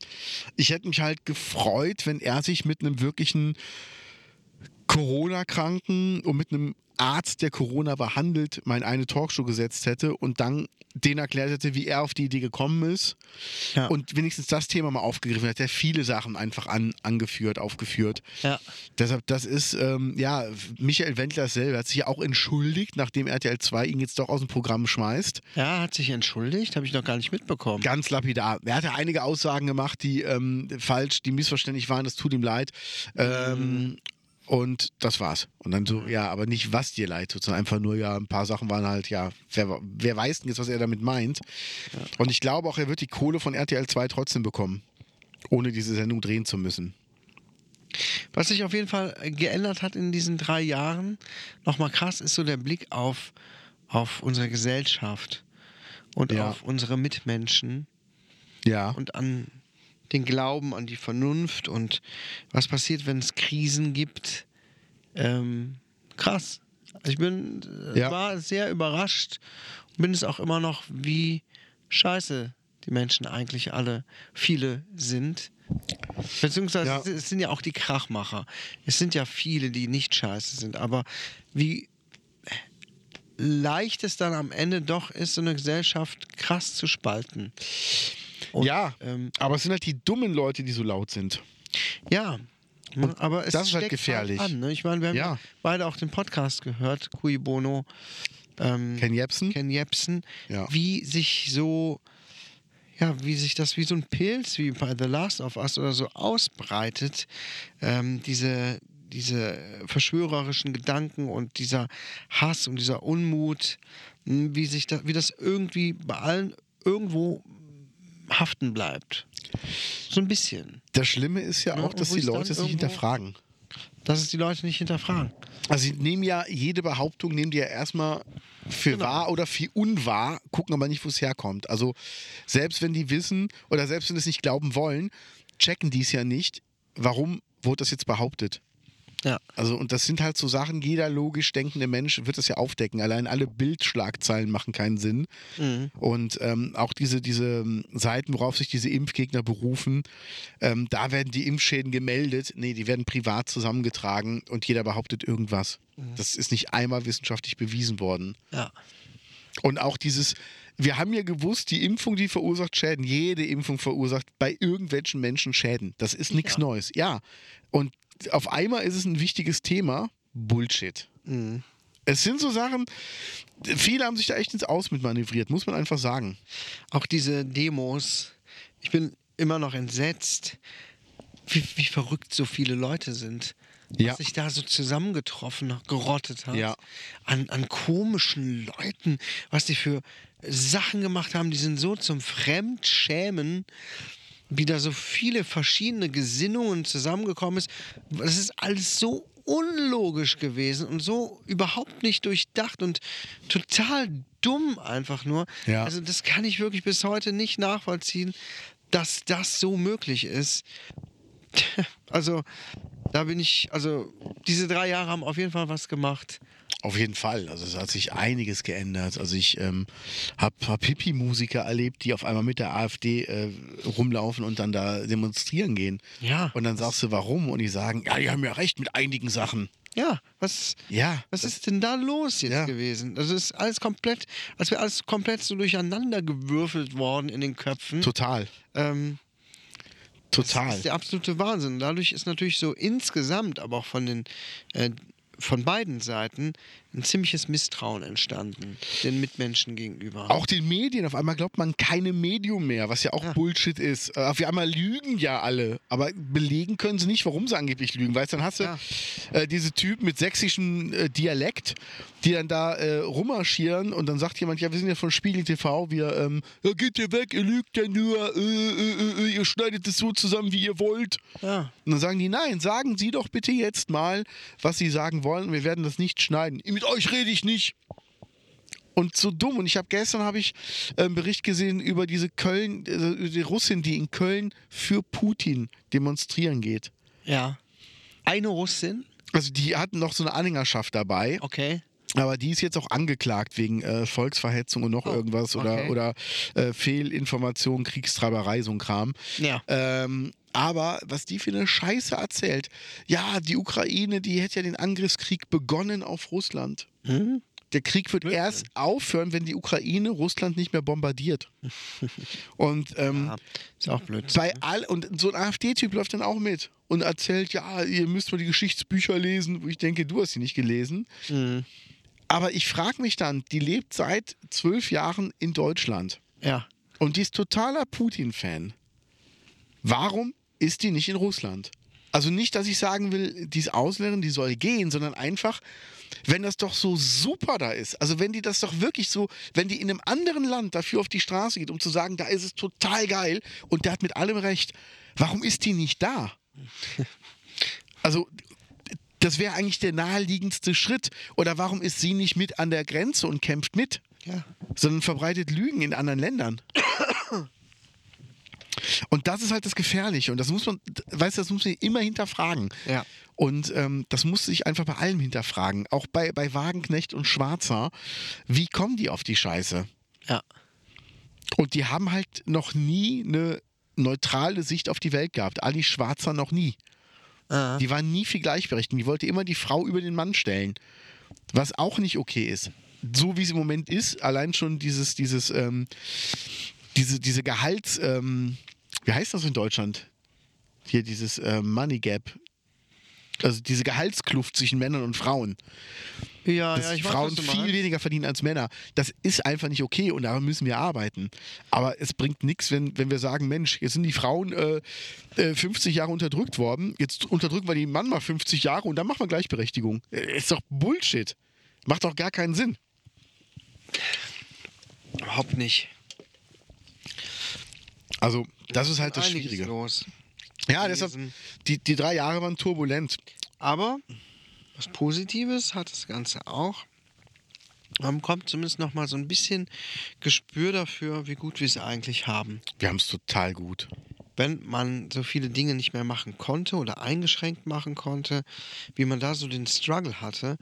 B: ich hätte mich halt gefreut, wenn er sich mit einem wirklichen Corona-Kranken und mit einem Arzt, der Corona behandelt, mal in eine Talkshow gesetzt hätte und dann den erklärt hätte, wie er auf die Idee gekommen ist.
A: Ja.
B: Und wenigstens das Thema mal aufgegriffen hat. Er hat viele Sachen einfach an, angeführt, aufgeführt.
A: Ja.
B: Deshalb, das ist, ähm, ja, Michael Wendler selber hat sich ja auch entschuldigt, nachdem RTL 2 ihn jetzt doch aus dem Programm schmeißt.
A: Ja, hat sich entschuldigt, habe ich noch gar nicht mitbekommen.
B: Ganz lapidar. Er hat ja einige Aussagen gemacht, die ähm, falsch, die missverständlich waren, das tut ihm leid.
A: Mhm.
B: Ähm, Und das war's. Und dann so, ja, aber nicht, was dir leid tut, sondern einfach nur, ja, ein paar Sachen waren halt, ja, wer, wer weiß denn jetzt, was er damit meint. Und ich glaube auch, er wird die Kohle von RTL 2 trotzdem bekommen, ohne diese Sendung drehen zu müssen.
A: Was sich auf jeden Fall geändert hat in diesen drei Jahren, nochmal krass, ist so der Blick auf, auf unsere Gesellschaft und
B: Ja.
A: auf unsere Mitmenschen
B: Ja.
A: und an den Glauben, an die Vernunft und was passiert, wenn es Krisen gibt. Ähm, krass. Also ich bin äh,
B: Ja.
A: war sehr überrascht und bin es auch immer noch, wie scheiße die Menschen eigentlich alle, viele sind. Beziehungsweise
B: Ja.
A: es- es sind ja auch die Krachmacher. Es sind ja viele, die nicht scheiße sind. Aber wie leicht es dann am Ende doch ist, so eine Gesellschaft krass zu spalten. Und,
B: ja,
A: ähm,
B: aber es sind halt die dummen Leute, die so laut sind.
A: ja. Ne, aber es
B: das ist halt
A: steckt
B: gefährlich.
A: Halt an, ne? Ich meine, wir haben
B: Ja.
A: ja. beide auch den Podcast gehört, Cui Bono, ähm,
B: Ken Jebsen?
A: Ken Jebsen,
B: Ja.
A: wie sich so ja, wie sich das wie so ein Pilz, wie bei The Last of Us oder so ausbreitet, ähm, diese, diese verschwörerischen Gedanken und dieser Hass und dieser Unmut, mh, wie sich das, wie das irgendwie bei allen irgendwo haften bleibt. So ein bisschen.
B: Das Schlimme ist ja
A: Ja,
B: auch,
A: und
B: dass
A: wo
B: die
A: ich's dann
B: Leute das nicht
A: irgendwo-
B: hinterfragen.
A: Dass es die Leute nicht hinterfragen.
B: Also sie nehmen ja jede Behauptung, nehmen die ja erstmal für wahr oder für unwahr, gucken aber nicht, wo es herkommt. Also selbst wenn die wissen oder selbst wenn es nicht glauben wollen, checken die es ja nicht, warum wurde das jetzt behauptet.
A: Ja.
B: Also und das sind halt so Sachen, jeder logisch denkende Mensch wird das ja aufdecken. Allein alle Bildschlagzeilen machen keinen Sinn. Und ähm, auch diese, diese ähm, Seiten, worauf sich diese Impfgegner berufen, ähm, da werden die Impfschäden gemeldet. Nee, die werden privat zusammengetragen und jeder behauptet irgendwas. Das ist nicht einmal wissenschaftlich bewiesen worden.
A: Ja.
B: Und auch dieses, wir haben ja gewusst, die Impfung, die verursacht Schäden, jede Impfung verursacht bei irgendwelchen Menschen Schäden. Das ist nichts
A: Ja.
B: Neues. Ja. Und auf einmal ist es ein wichtiges Thema. Bullshit.
A: Mhm.
B: Es sind so Sachen, viele haben sich da echt ins Aus mit manövriert, muss man einfach sagen.
A: Auch diese Demos. Ich bin immer noch entsetzt, wie, wie verrückt so viele Leute sind.
B: Ja.
A: Was sich da so zusammengetroffen, gerottet hat.
B: Ja.
A: An, an komischen Leuten, was die für Sachen gemacht haben, die sind so zum Fremdschämen, wie da so viele verschiedene Gesinnungen zusammengekommen ist. Das ist alles so unlogisch gewesen und so überhaupt nicht durchdacht und total dumm einfach nur.
B: Ja.
A: Also das kann ich wirklich bis heute nicht nachvollziehen, dass das so möglich ist. (laughs) Also, da bin ich, also diese drei Jahre haben auf jeden Fall was gemacht.
B: Auf jeden Fall. Also es hat sich einiges geändert. Also ich ähm, habe hab Hippie-Musiker erlebt, die auf einmal mit der AfD äh, rumlaufen und dann da demonstrieren gehen.
A: Ja.
B: Und dann sagst du, warum? Und die sagen, ja, die haben ja recht mit einigen Sachen.
A: Ja, was,
B: Ja.
A: was ist denn da los jetzt
B: Ja.
A: gewesen? Das ist alles komplett, als wäre alles komplett so durcheinander gewürfelt worden in den Köpfen.
B: Total.
A: Ähm, Das
B: Total.
A: ist der absolute Wahnsinn. Dadurch ist natürlich so insgesamt, aber auch von den äh, von beiden Seiten ein ziemliches Misstrauen entstanden den Mitmenschen gegenüber.
B: Auch den Medien. Auf einmal glaubt man keine Medium mehr, was ja auch Bullshit ist. Äh, Auf einmal lügen ja alle, aber belegen können sie nicht, warum sie angeblich lügen. Weißt dann hast du
A: Ja.
B: äh, diese Typen mit sächsischem äh, Dialekt, die dann da äh, rummarschieren und dann sagt jemand, ja, wir sind ja von Spiegel TV, wir, ähm, ja, geht ihr weg, ihr lügt ja nur, äh, äh, äh, ihr schneidet es so zusammen, wie ihr wollt.
A: Ja.
B: Und dann sagen die, nein, sagen Sie doch bitte jetzt mal, was Sie sagen wollen. Wir werden das nicht schneiden. Mit euch rede ich nicht. Und so dumm. Und ich habe gestern habe ich äh, einen Bericht gesehen über diese Köln, äh, über die Russin, die in Köln für Putin demonstrieren geht.
A: ja. Eine Russin,
B: Also die hatten noch so eine Anhängerschaft dabei,
A: okay.
B: aber die ist jetzt auch angeklagt wegen äh, Volksverhetzung und noch
A: Oh,
B: irgendwas oder,
A: okay.
B: oder äh, Fehlinformation, Kriegstreiberei, so ein Kram.
A: Ja.
B: Ähm, aber was die für eine Scheiße erzählt. Ja, die Ukraine, die hätte ja den Angriffskrieg begonnen auf Russland.
A: Hm?
B: Der Krieg wird erst aufhören, wenn die Ukraine Russland nicht mehr bombardiert.
A: (laughs)
B: Und ähm,
A: Ja. Ist auch blöd.
B: bei all und so ein AfD-Typ läuft dann auch mit und erzählt, ja, ihr müsst mal die Geschichtsbücher lesen, wo ich denke, du hast sie nicht gelesen.
A: Mhm.
B: Aber ich frage mich dann, die lebt seit zwölf Jahren in Deutschland
A: Ja.
B: und die ist totaler Putin-Fan. Warum ist die nicht in Russland? Also nicht, dass ich sagen will, die ist Ausländerin, die soll gehen, sondern einfach, wenn das doch so super da ist. Also wenn die das doch wirklich so, wenn die in einem anderen Land dafür auf die Straße geht, um zu sagen, da ist es total geil und der hat mit allem recht, warum ist die nicht da? Also das wäre eigentlich der naheliegendste Schritt. Oder warum ist sie nicht mit an der Grenze und kämpft mit?
A: Ja.
B: sondern verbreitet Lügen in anderen Ländern. Und das ist halt das Gefährliche. Und das muss man, weißt du, das muss man immer hinterfragen.
A: Ja.
B: Und ähm, das musste ich einfach bei allem hinterfragen. Auch bei, bei Wagenknecht und Schwarzer. Wie kommen die auf die Scheiße?
A: Ja.
B: Und die haben halt noch nie eine neutrale Sicht auf die Welt gehabt. Ali Schwarzer noch nie.
A: Ah.
B: Die waren nie viel gleichberechtigt. Die wollte immer die Frau über den Mann stellen. Was auch nicht okay ist. So wie es im Moment ist, allein schon dieses, dieses, ähm, diese, diese Gehalts, ähm, wie heißt das in Deutschland? Hier äh, dieses ähm, Money Gap. Also diese Gehaltskluft zwischen Männern und Frauen.
A: Ja,
B: dass
A: ja, ich weiß,
B: Frauen
A: was du
B: viel
A: meinst.
B: weniger verdienen als Männer. Das ist einfach nicht okay und daran müssen wir arbeiten. Aber es bringt nichts, wenn, wenn wir sagen, Mensch, jetzt sind die Frauen äh, äh, 50 Jahre unterdrückt worden, jetzt unterdrücken wir den Mann mal 50 Jahre und dann machen wir Gleichberechtigung. Äh, Ist doch Bullshit. Macht doch gar keinen Sinn.
A: Überhaupt nicht.
B: Also, das ist halt das
A: Einiges
B: Schwierige.
A: Los.
B: Ja, deshalb, die, die drei Jahre waren turbulent.
A: Aber was Positives hat das Ganze auch. Man bekommt zumindest noch mal so ein bisschen Gespür dafür, wie gut wir es eigentlich haben.
B: Wir haben es total gut.
A: Wenn man so viele Dinge nicht mehr machen konnte oder eingeschränkt machen konnte, wie man da so den Struggle hatte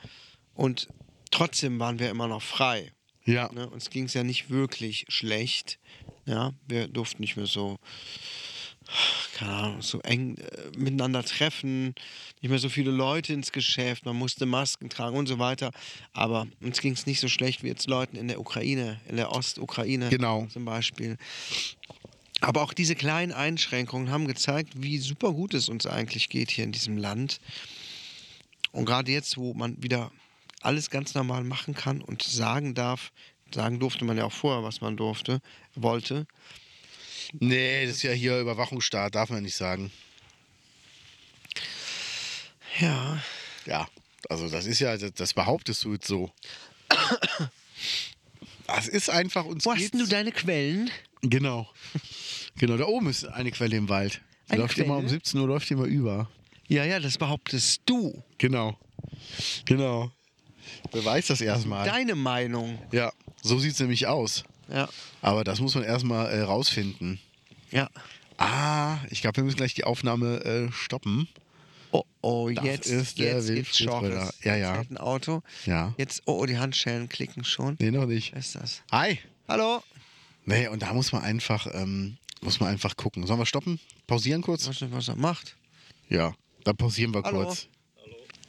A: und trotzdem waren wir immer noch frei.
B: Ja.
A: Ne? Uns ging es ja nicht wirklich schlecht. Ja, wir durften nicht mehr so, keine Ahnung, so eng äh, miteinander treffen, nicht mehr so viele Leute ins Geschäft, man musste Masken tragen und so weiter. Aber uns ging es nicht so schlecht wie jetzt Leuten in der Ukraine, in der Ostukraine
B: Genau.
A: zum Beispiel. Aber auch diese kleinen Einschränkungen haben gezeigt, wie super gut es uns eigentlich geht hier in diesem Land. Und gerade jetzt, wo man wieder alles ganz normal machen kann und sagen darf, sagen durfte man ja auch vorher, was man durfte, wollte.
B: Nee, das ist ja hier Überwachungsstaat, darf man nicht sagen.
A: Ja,
B: Ja, also das ist ja, das, das behauptest du jetzt so. Das ist einfach uns.
A: wo hast denn du
B: geht's-
A: deine Quellen?
B: Genau. Genau, da oben ist eine Quelle im Wald. Die
A: Eine
B: läuft immer
A: Quelle?
B: um 17 Uhr, läuft die immer über.
A: Ja, ja, das behauptest du.
B: Genau. Genau. Beweis das erstmal.
A: Deine Meinung.
B: ja, so sieht es nämlich aus.
A: Ja,
B: Aber das muss man erstmal äh, rausfinden.
A: ja.
B: Ah, ich glaube, wir müssen gleich die Aufnahme äh, stoppen.
A: Oh, oh,
B: Das
A: jetzt
B: ist der
A: jetzt gibt's
B: Wilfried
A: Schorres.
B: Röller. Ja,
A: Jetzt
B: ja.
A: hält Ein Auto.
B: Ja.
A: Jetzt, oh, oh, die Handschellen klicken schon.
B: Nee, noch nicht.
A: Wer ist das?
B: Hi.
A: Hallo.
B: Nee, und da muss man einfach, ähm, muss man einfach gucken. Sollen wir stoppen? Pausieren kurz?
A: Weiß nicht, was er macht.
B: Ja, dann pausieren wir
A: Hallo.
B: kurz.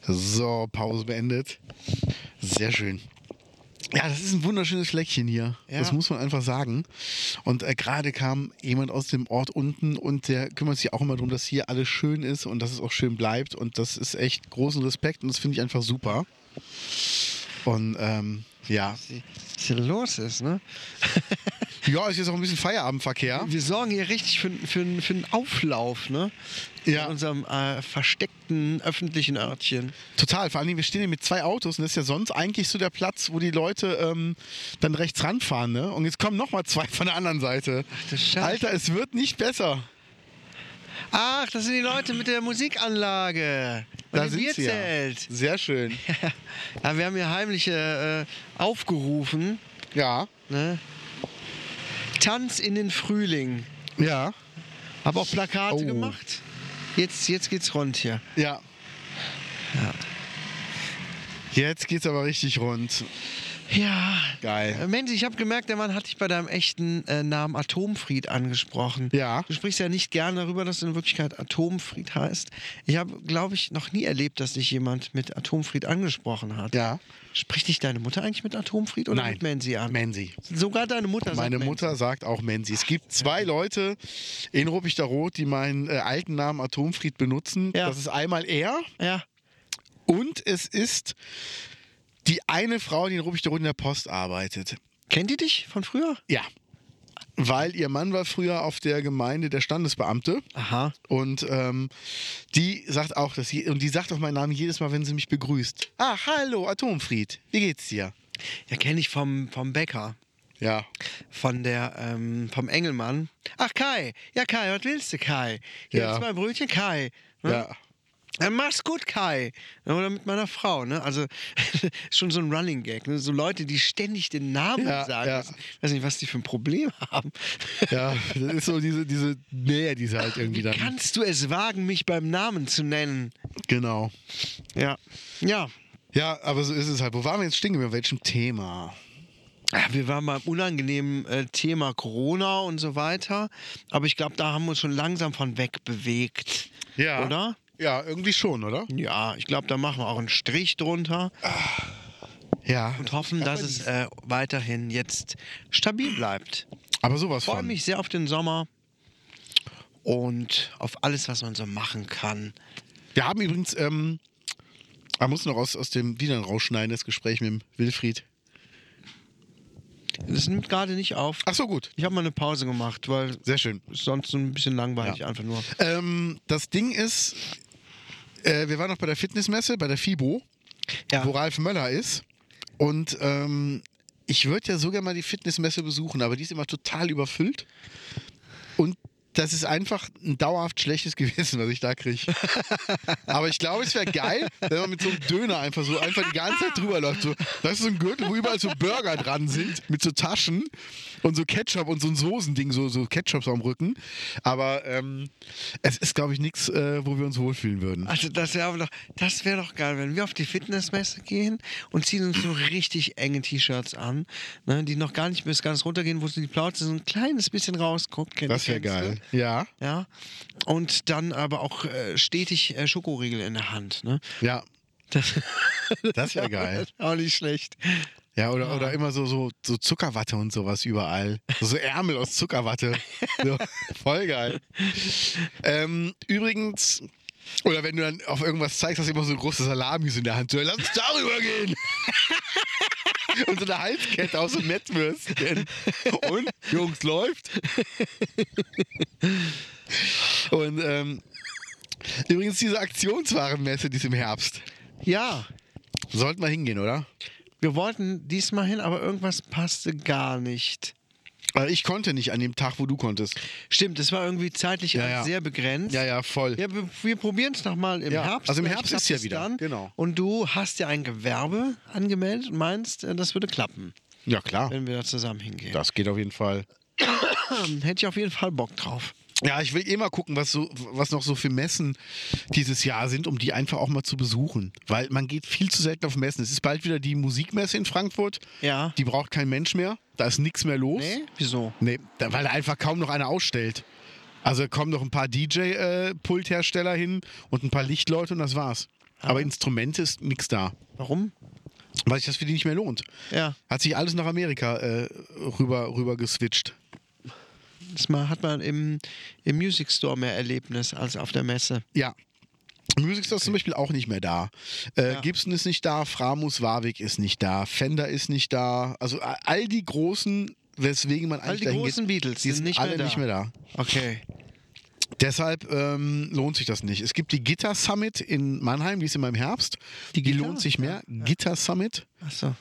B: So, Pause beendet. Sehr schön. Ja, das ist ein wunderschönes Fleckchen hier.
A: Ja.
B: Das muss man einfach sagen. Und äh, gerade kam jemand aus dem Ort unten und der kümmert sich auch immer darum, dass hier alles schön ist und dass es auch schön bleibt. Und das ist echt großen Respekt und das finde ich einfach super. Und ähm, ja.
A: Sie- Was hier los ist, ne?
B: Ja, ist jetzt auch ein bisschen Feierabendverkehr.
A: Wir sorgen hier richtig für, für, für einen Auflauf, ne?
B: Ja.
A: In unserem äh, versteckten öffentlichen Örtchen.
B: Total, vor allen Dingen, wir stehen hier mit zwei Autos und das ist ja sonst eigentlich so der Platz, wo die Leute ähm, dann rechts ranfahren, ne? Und jetzt kommen nochmal zwei von der anderen Seite.
A: du Scheiße.
B: Alter, es wird nicht besser.
A: Ach, das sind die Leute mit der Musikanlage. Und
B: Da
A: dem
B: sind sie ja.
A: Bierzelt.
B: Sehr schön.
A: Ja, wir haben hier heimliche äh, aufgerufen,
B: Ja.
A: ne? Tanz in den Frühling.
B: Ja.
A: Hab auch Plakate
B: Oh.
A: gemacht. Jetzt, jetzt geht's rund hier.
B: Ja. Jetzt geht's aber richtig rund.
A: Ja.
B: Geil.
A: Äh, Mensch, ich habe gemerkt, der Mann hat dich bei deinem echten äh, Namen Atomfried angesprochen.
B: Ja.
A: Du sprichst ja nicht gern darüber, dass du in Wirklichkeit Atomfried heißt. Ich habe, glaube ich, noch nie erlebt, dass dich jemand mit Atomfried angesprochen hat.
B: Ja.
A: Spricht dich deine Mutter eigentlich mit Atomfried oder mit Menzi an?
B: Menzi.
A: Sogar deine Mutter sagt
B: Meine
A: Menzi.
B: Mutter sagt auch Menzi. Es gibt zwei Leute in Rupichter Rot, die meinen äh, alten Namen Atomfried benutzen.
A: Ja.
B: Das ist einmal er
A: Ja.
B: Und es ist die eine Frau, die in Rubichteroth in der Post arbeitet.
A: Kennt die dich von früher?
B: Ja. Weil ihr Mann war früher auf der Gemeinde der Standesbeamte.
A: Aha.
B: Und ähm, die sagt auch, dass sie, und die sagt auch meinen Namen jedes Mal, wenn sie mich begrüßt. Ah, hallo, Atomfried. Wie geht's dir?
A: Ja, kenne ich vom, vom Bäcker.
B: Ja.
A: von der, ähm, vom Engelmann. Ach, Kai. Ja, Kai, was willst du, Kai? Hier
B: Ja.
A: ja. zwei Brötchen, Kai. Ne?
B: Ja.
A: Dann mach's gut, Kai. Ne, Oder mit meiner Frau, ne? Also (laughs) schon so ein Running Gag, ne? So Leute, die ständig den Namen
B: Ja,
A: sagen.
B: ja.
A: Ich weiß nicht, was die für ein Problem
B: (laughs)
A: haben.
B: Ja, das ist so diese, diese Nähe, die sie halt irgendwie dann.
A: Kannst du es wagen, mich beim Namen zu nennen?
B: Genau.
A: Ja. Ja.
B: Ja, aber so ist es halt. Wo waren wir jetzt stehen geblieben? Bei welchem Thema?
A: Ja, Wir waren beim unangenehmen äh, Thema Corona und so weiter. Aber ich glaube, da haben wir uns schon langsam von weg bewegt. Oder?
B: Ja, irgendwie schon, oder?
A: Ja, ich glaube, da machen wir auch einen Strich drunter
B: Ja.
A: und hoffen, dass es äh, weiterhin jetzt stabil bleibt.
B: Aber sowas
A: Freue
B: von.
A: mich sehr auf den Sommer und auf alles, was man so machen kann.
B: Wir haben übrigens ähm, Ah, muss noch aus, aus dem wieder rausschneiden, das Gespräch mit dem Wilfried.
A: Das nimmt gerade nicht auf.
B: Ach so, gut.
A: Ich habe mal eine Pause gemacht, weil
B: Sehr schön.
A: es sonst so ein bisschen langweilig einfach nur.
B: Ähm, das Ding ist, äh, wir waren noch bei der Fitnessmesse, bei der FIBO,
A: Ja.
B: wo Ralf Möller ist. Und ähm, ich würde ja sogar mal die Fitnessmesse besuchen, aber die ist immer total überfüllt. Und das ist einfach ein dauerhaft schlechtes (laughs) Gewissen, was ich da kriege. Aber ich glaube, es wäre geil, wenn man mit so einem Döner einfach so einfach die ganze Zeit drüber läuft. So, das ist so ein Gürtel, wo überall so Burger dran sind, mit so Taschen und so Ketchup und so ein Soßending, so, so Ketchups am Rücken. Aber ähm, es ist, glaube ich, nichts, äh, wo wir uns wohlfühlen würden.
A: Also das wäre doch, das wäre doch geil, wenn wir auf die Fitnessmesse gehen und ziehen uns so richtig enge T-Shirts an, ne, die noch gar nicht bis ganz runtergehen, wo so die Plauze so ein kleines bisschen rausguckt. Kenn,
B: Das wäre
A: kennst du?
B: geil. Ja.
A: Ja. Und dann aber auch äh, stetig äh, Schokoriegel in der Hand. Ne?
B: Ja, (laughs)
A: Das,
B: das wäre geil.
A: auch nicht schlecht.
B: Ja, oder, oder immer so, so, so Zuckerwatte und sowas überall. So Ärmel aus Zuckerwatte. So, voll geil. Ähm, übrigens, oder wenn du dann auf irgendwas zeigst, hast du immer so große Salamis in der Hand. So, lass uns darüber gehen. Und so eine Halskette aus so Mettwürstchen. Und, Jungs, läuft. Und ähm, übrigens diese Aktionswarenmesse, die ist im Herbst.
A: Ja,
B: Sollten wir hingehen, oder?
A: wir wollten diesmal hin, aber irgendwas passte gar nicht.
B: Weil Ich konnte nicht an dem Tag, wo du konntest.
A: Stimmt, es war irgendwie zeitlich
B: Ja, ja.
A: sehr begrenzt.
B: Ja, ja, voll.
A: Ja, wir, wir probieren es nochmal im
B: Ja,
A: Herbst.
B: also im
A: Vielleicht
B: Herbst ist
A: klappt
B: ja
A: es
B: wieder,
A: Dann.
B: genau.
A: Und du hast ja ein Gewerbe angemeldet und meinst, äh, das würde klappen,
B: Ja, klar.
A: wenn wir da zusammen hingehen. Hm,
B: Das geht auf jeden Fall.
A: Hätte ich auf jeden Fall Bock drauf.
B: Ja, ich will eh mal gucken, was, so, was noch so für Messen dieses Jahr sind, um die einfach auch mal zu besuchen. Weil man geht viel zu selten auf Messen. Es ist bald wieder die Musikmesse in Frankfurt.
A: Ja.
B: Die braucht kein Mensch mehr. Da ist nichts mehr los.
A: Nee? Wieso?
B: Nee, da, weil da einfach kaum noch einer ausstellt. Also kommen noch ein paar DJ-Pulthersteller hin und ein paar Lichtleute und das war's. Aber Instrumente ist nichts da.
A: Warum?
B: Weil sich das für die nicht mehr lohnt.
A: Ja,
B: Hat sich alles nach Amerika äh, rüber, rüber geswitcht.
A: das mal hat man im, im Music Store mehr Erlebnis als auf der Messe.
B: Ja. Music Store ist zum Beispiel auch nicht mehr da. Äh, Gibson ist nicht da, Framus Warwick ist nicht da, Fender ist nicht da. Also a- all die großen, weswegen man
A: All
B: eigentlich
A: die
B: dahin
A: großen
B: geht,
A: Beatles
B: die sind
A: nicht,
B: alle
A: mehr da.
B: nicht mehr da.
A: Okay.
B: Deshalb ähm, lohnt sich das nicht. Es gibt die Gitter Summit in Mannheim, die ist immer im Herbst. Die,
A: Gitter?
B: lohnt sich mehr. Gitter Summit.
A: Achso.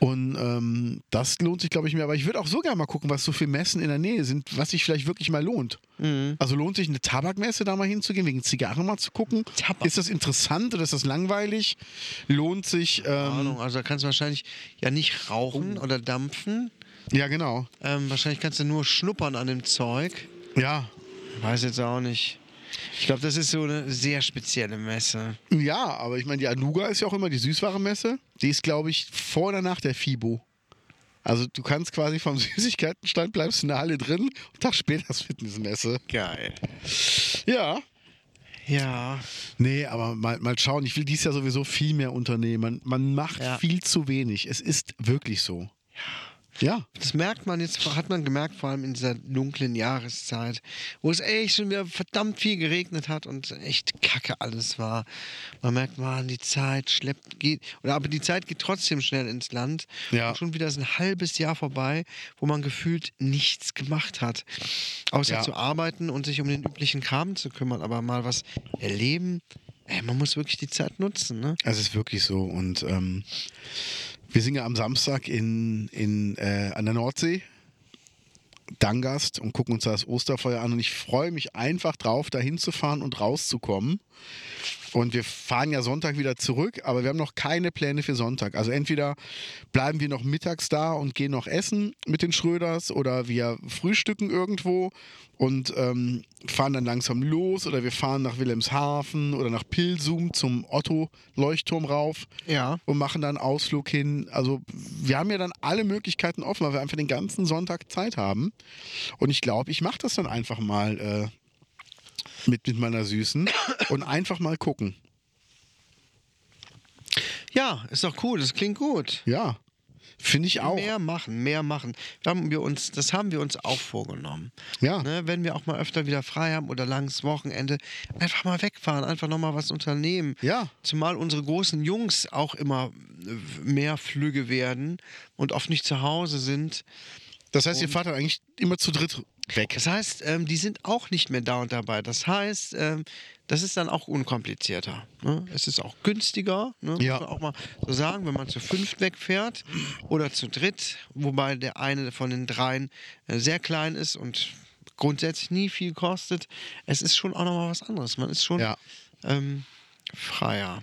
B: Und ähm, das lohnt sich, glaube ich, mehr. Aber ich würde auch so gerne mal gucken, was so für Messen in der Nähe sind, was sich vielleicht wirklich mal lohnt. Also lohnt sich eine Tabakmesse da mal hinzugehen, wegen Zigarren mal zu gucken?
A: Tabak.
B: Ist das interessant oder ist das langweilig? Lohnt sich. Ähm,
A: Ahnung, also da kannst du wahrscheinlich ja nicht rauchen oder dampfen.
B: ja, genau.
A: Ähm, wahrscheinlich kannst du nur schnuppern an dem Zeug.
B: Ja.
A: Weiß jetzt auch nicht. Ich glaube, das ist so eine sehr spezielle Messe.
B: Ja, aber ich meine, die Anuga ist ja auch immer die Süßwarenmesse. Die ist, glaube ich, vor oder nach der FIBO. Also du kannst quasi vom (laughs) Süßigkeitenstand bleibst in der Halle drin und einen Tag später ist Fitnessmesse.
A: Geil.
B: Ja.
A: Ja,
B: Nee, aber mal, mal schauen. Ich will dieses Jahr sowieso viel mehr unternehmen. Man, man macht
A: Ja.
B: viel zu wenig. Es ist wirklich so. Ja.
A: das merkt man jetzt, hat man gemerkt, vor allem in dieser dunklen Jahreszeit, wo es echt schon wieder verdammt viel geregnet hat und echt kacke alles war. Man merkt, man, die Zeit schleppt, geht, oder aber die Zeit geht trotzdem schnell ins Land.
B: Ja.
A: Und schon wieder ist ein halbes Jahr vorbei, wo man gefühlt nichts gemacht hat, außer
B: Ja.
A: zu arbeiten und sich um den üblichen Kram zu kümmern, aber mal was erleben. Ey, man muss wirklich die Zeit nutzen, ne?
B: Es ist wirklich so. Und ähm, wir sind ja am Samstag in, in, äh, an der Nordsee, Dangast, und gucken uns da das Osterfeuer an. Und ich freue mich einfach drauf, da hinzufahren und rauszukommen. Und wir fahren ja Sonntag wieder zurück, aber wir haben noch keine Pläne für Sonntag. Also entweder bleiben wir noch mittags da und gehen noch essen mit den Schröders oder wir frühstücken irgendwo und ähm, fahren dann langsam los oder wir fahren nach Wilhelmshaven oder nach Pilsum zum Otto-Leuchtturm rauf
A: Ja.
B: und machen dann Ausflug hin. Also wir haben ja dann alle Möglichkeiten offen, weil wir einfach den ganzen Sonntag Zeit haben. Und ich glaube, ich mache das dann einfach mal äh, mit, mit meiner Süßen und einfach mal gucken.
A: Ja, ist doch cool, das klingt gut.
B: Ja. Finde ich auch.
A: Mehr machen, mehr machen. Da haben wir uns, das haben wir uns auch vorgenommen.
B: Ja.
A: Ne, wenn wir auch mal öfter wieder frei haben oder langes Wochenende, einfach mal wegfahren, einfach nochmal was unternehmen.
B: Ja.
A: Zumal unsere großen Jungs auch immer äh, mehr Flüge werden und oft nicht zu Hause sind.
B: Das heißt, ihr fahrt dann eigentlich immer zu dritt weg.
A: Das heißt, ähm, die sind auch nicht mehr da und dabei. Das heißt, ähm, das ist dann auch unkomplizierter. Ne? Es ist auch günstiger, ne?
B: Ja.
A: muss man auch mal so sagen, wenn man zu fünft wegfährt oder zu dritt, wobei der eine von den dreien äh, sehr klein ist und grundsätzlich nie viel kostet. Es ist schon auch nochmal was anderes. Man ist schon
B: Ja.
A: ähm, freier.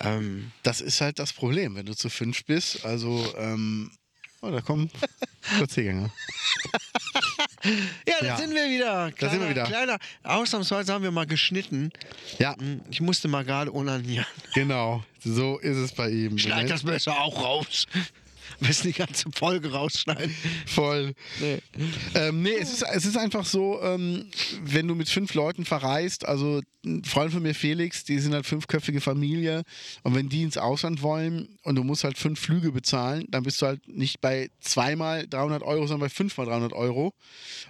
A: Ähm,
B: Das ist halt das Problem, wenn du zu fünf bist. Also, ähm, oh, da
A: (laughs)
B: kommen Spaziergänger.
A: ja, da
B: Ja.
A: sind wir wieder. Kleiner,
B: Da sind wir wieder.
A: Kleiner. Ausnahmsweise haben wir mal geschnitten. Hm,
B: Ja,
A: Ich musste mal gerade onanieren.
B: genau. So ist es bei ihm.
A: Schneid das Messer auch raus. Müssen die ganze Folge rausschneiden.
B: Voll.
A: Nee.
B: Ähm, nee, es ist, es ist einfach so, ähm, wenn du mit fünf Leuten verreist, also ein Freund von mir Felix, die sind halt fünfköpfige Familie und wenn die ins Ausland wollen und du musst halt fünf Flüge bezahlen, dann bist du halt nicht bei zweimal 300 Euro, sondern bei fünfmal 300 Euro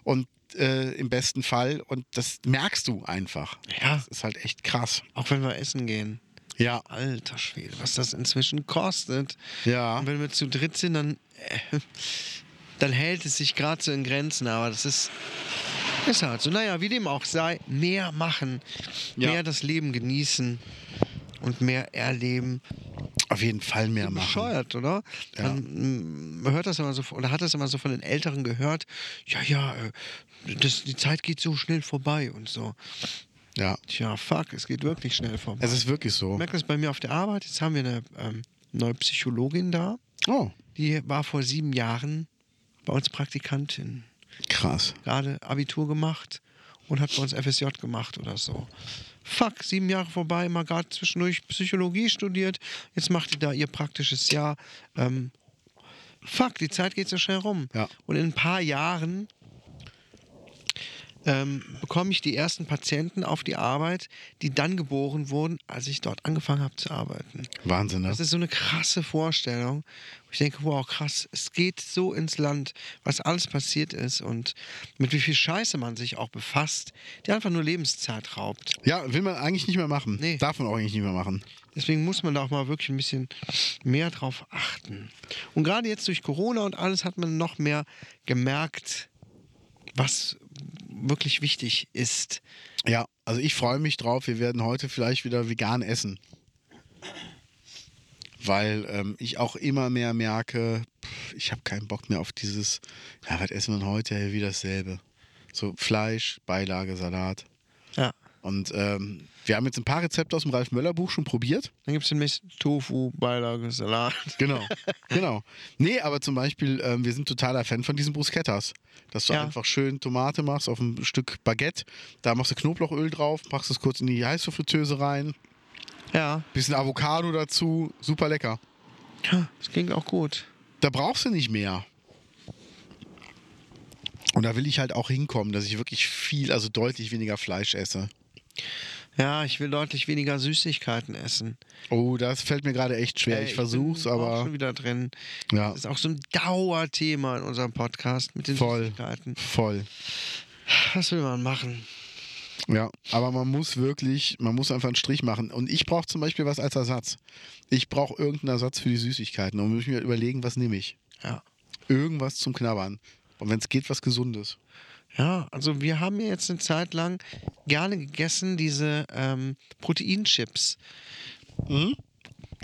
B: und äh, im besten Fall und das merkst du einfach.
A: Ja.
B: Das ist halt echt krass.
A: Auch wenn wir essen gehen.
B: Ja.
A: Alter Schwede, was das inzwischen kostet.
B: Ja.
A: Und wenn wir zu dritt sind, dann, äh, dann hält es sich gerade so in Grenzen. Aber das ist, ist halt so. Naja, wie dem auch sei, mehr machen,
B: Ja.
A: mehr das Leben genießen und mehr erleben.
B: Auf jeden Fall mehr machen.
A: bescheuert, oder?
B: Ja.
A: Man, mm, hört das immer so oder hat das immer so von den Älteren gehört. Ja, ja, äh, das, die Zeit geht so schnell vorbei und so.
B: Ja.
A: Tja, fuck, es geht wirklich schnell vorbei.
B: Es ist wirklich
A: ich
B: so.
A: merke das bei mir auf der Arbeit. Jetzt haben wir eine ähm, neue Psychologin da.
B: Oh,
A: Die war vor sieben Jahren bei uns Praktikantin.
B: krass.
A: Gerade Abitur gemacht und hat bei uns FSJ gemacht oder so. Fuck, sieben Jahre vorbei, mal gerade zwischendurch Psychologie studiert. Jetzt macht die da ihr praktisches Jahr. Ähm, fuck, die Zeit geht so schnell rum.
B: Ja.
A: Und in ein paar Jahren ähm, bekomme ich die ersten Patienten auf die Arbeit, die dann geboren wurden, als ich dort angefangen habe zu arbeiten.
B: Wahnsinn, ne?
A: Das ist so eine krasse Vorstellung. wo Ich denke, wow, krass, es geht so ins Land, was alles passiert ist und mit wie viel Scheiße man sich auch befasst, die einfach nur Lebenszeit raubt.
B: Ja, will man eigentlich nicht mehr machen.
A: Nee.
B: Darf man auch eigentlich nicht mehr machen.
A: Deswegen muss man da auch mal wirklich ein bisschen mehr drauf achten. Und gerade jetzt durch Corona und alles hat man noch mehr gemerkt, was wirklich wichtig ist.
B: Ja, also ich freue mich drauf. Wir werden heute vielleicht wieder vegan essen. Weil ähm, ich auch immer mehr merke, pff, ich habe keinen Bock mehr auf dieses, ja, was essen wir denn heute? Ja, Wie dasselbe. So Fleisch, Beilage, Salat.
A: Ja.
B: Und ähm, wir haben jetzt ein paar Rezepte aus dem Ralf Möller Buch schon probiert.
A: Dann gibt es demnächst Tofu, Beilage, Salat.
B: (laughs) Genau, genau. Nee, aber zum Beispiel, ähm, wir sind totaler Fan von diesen Bruschettas. Dass du
A: Ja.
B: einfach schön Tomate machst auf ein Stück Baguette. Da machst du Knoblauchöl drauf, machst es kurz in die Heißluftfritteuse rein.
A: Ja,
B: Bisschen Avocado dazu, super lecker.
A: das klingt auch gut.
B: Da brauchst du nicht mehr. Und da will ich halt auch hinkommen, dass ich wirklich viel, also deutlich weniger Fleisch esse.
A: Ja, ich will deutlich weniger Süßigkeiten essen.
B: Oh, das fällt mir gerade echt schwer.
A: Äh,
B: ich versuch's,
A: bin Auch
B: aber
A: schon wieder drin.
B: ja,
A: Das ist auch so ein Dauerthema in unserem Podcast mit den
B: Voll.
A: Süßigkeiten.
B: voll.
A: Was will man machen?
B: Ja, aber man muss wirklich, man muss einfach einen Strich machen. Und ich brauche zum Beispiel was als Ersatz. Ich brauche irgendeinen Ersatz für die Süßigkeiten und muss mir überlegen, was nehme ich.
A: Ja.
B: Irgendwas zum Knabbern. Und wenn es geht, was Gesundes.
A: Ja, also wir haben ja jetzt eine Zeit lang gerne gegessen diese ähm, Proteinchips.
B: Haben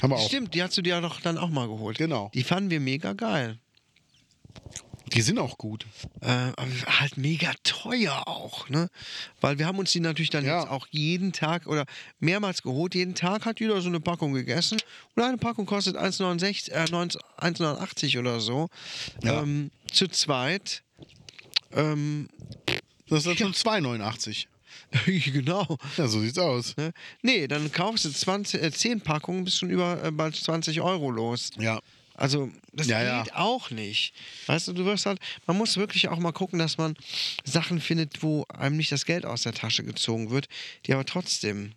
B: wir auch.
A: Stimmt, die hast du dir ja doch dann auch mal geholt.
B: Genau.
A: Die fanden wir mega geil.
B: Die sind auch gut.
A: Äh, aber halt mega teuer auch, ne? Weil wir haben uns die natürlich dann
B: Ja.
A: jetzt auch jeden Tag oder mehrmals geholt. Jeden Tag hat jeder so eine Packung gegessen. Und eine Packung kostet 1,69, äh, 1,89 1,89 oder so.
B: Ja.
A: Ähm, zu zweit. (laughs) Ähm,
B: Das ist dann schon 2,89.
A: genau.
B: Ja, so sieht's aus.
A: Ne? Nee, dann kaufst du 20, äh, 10 Packungen, bist schon über äh, bald 20 Euro los.
B: Ja.
A: Also, das
B: Ja, ja.
A: geht auch nicht. Weißt du, du wirst halt, man muss wirklich auch mal gucken, dass man Sachen findet, wo einem nicht das Geld aus der Tasche gezogen wird, die aber trotzdem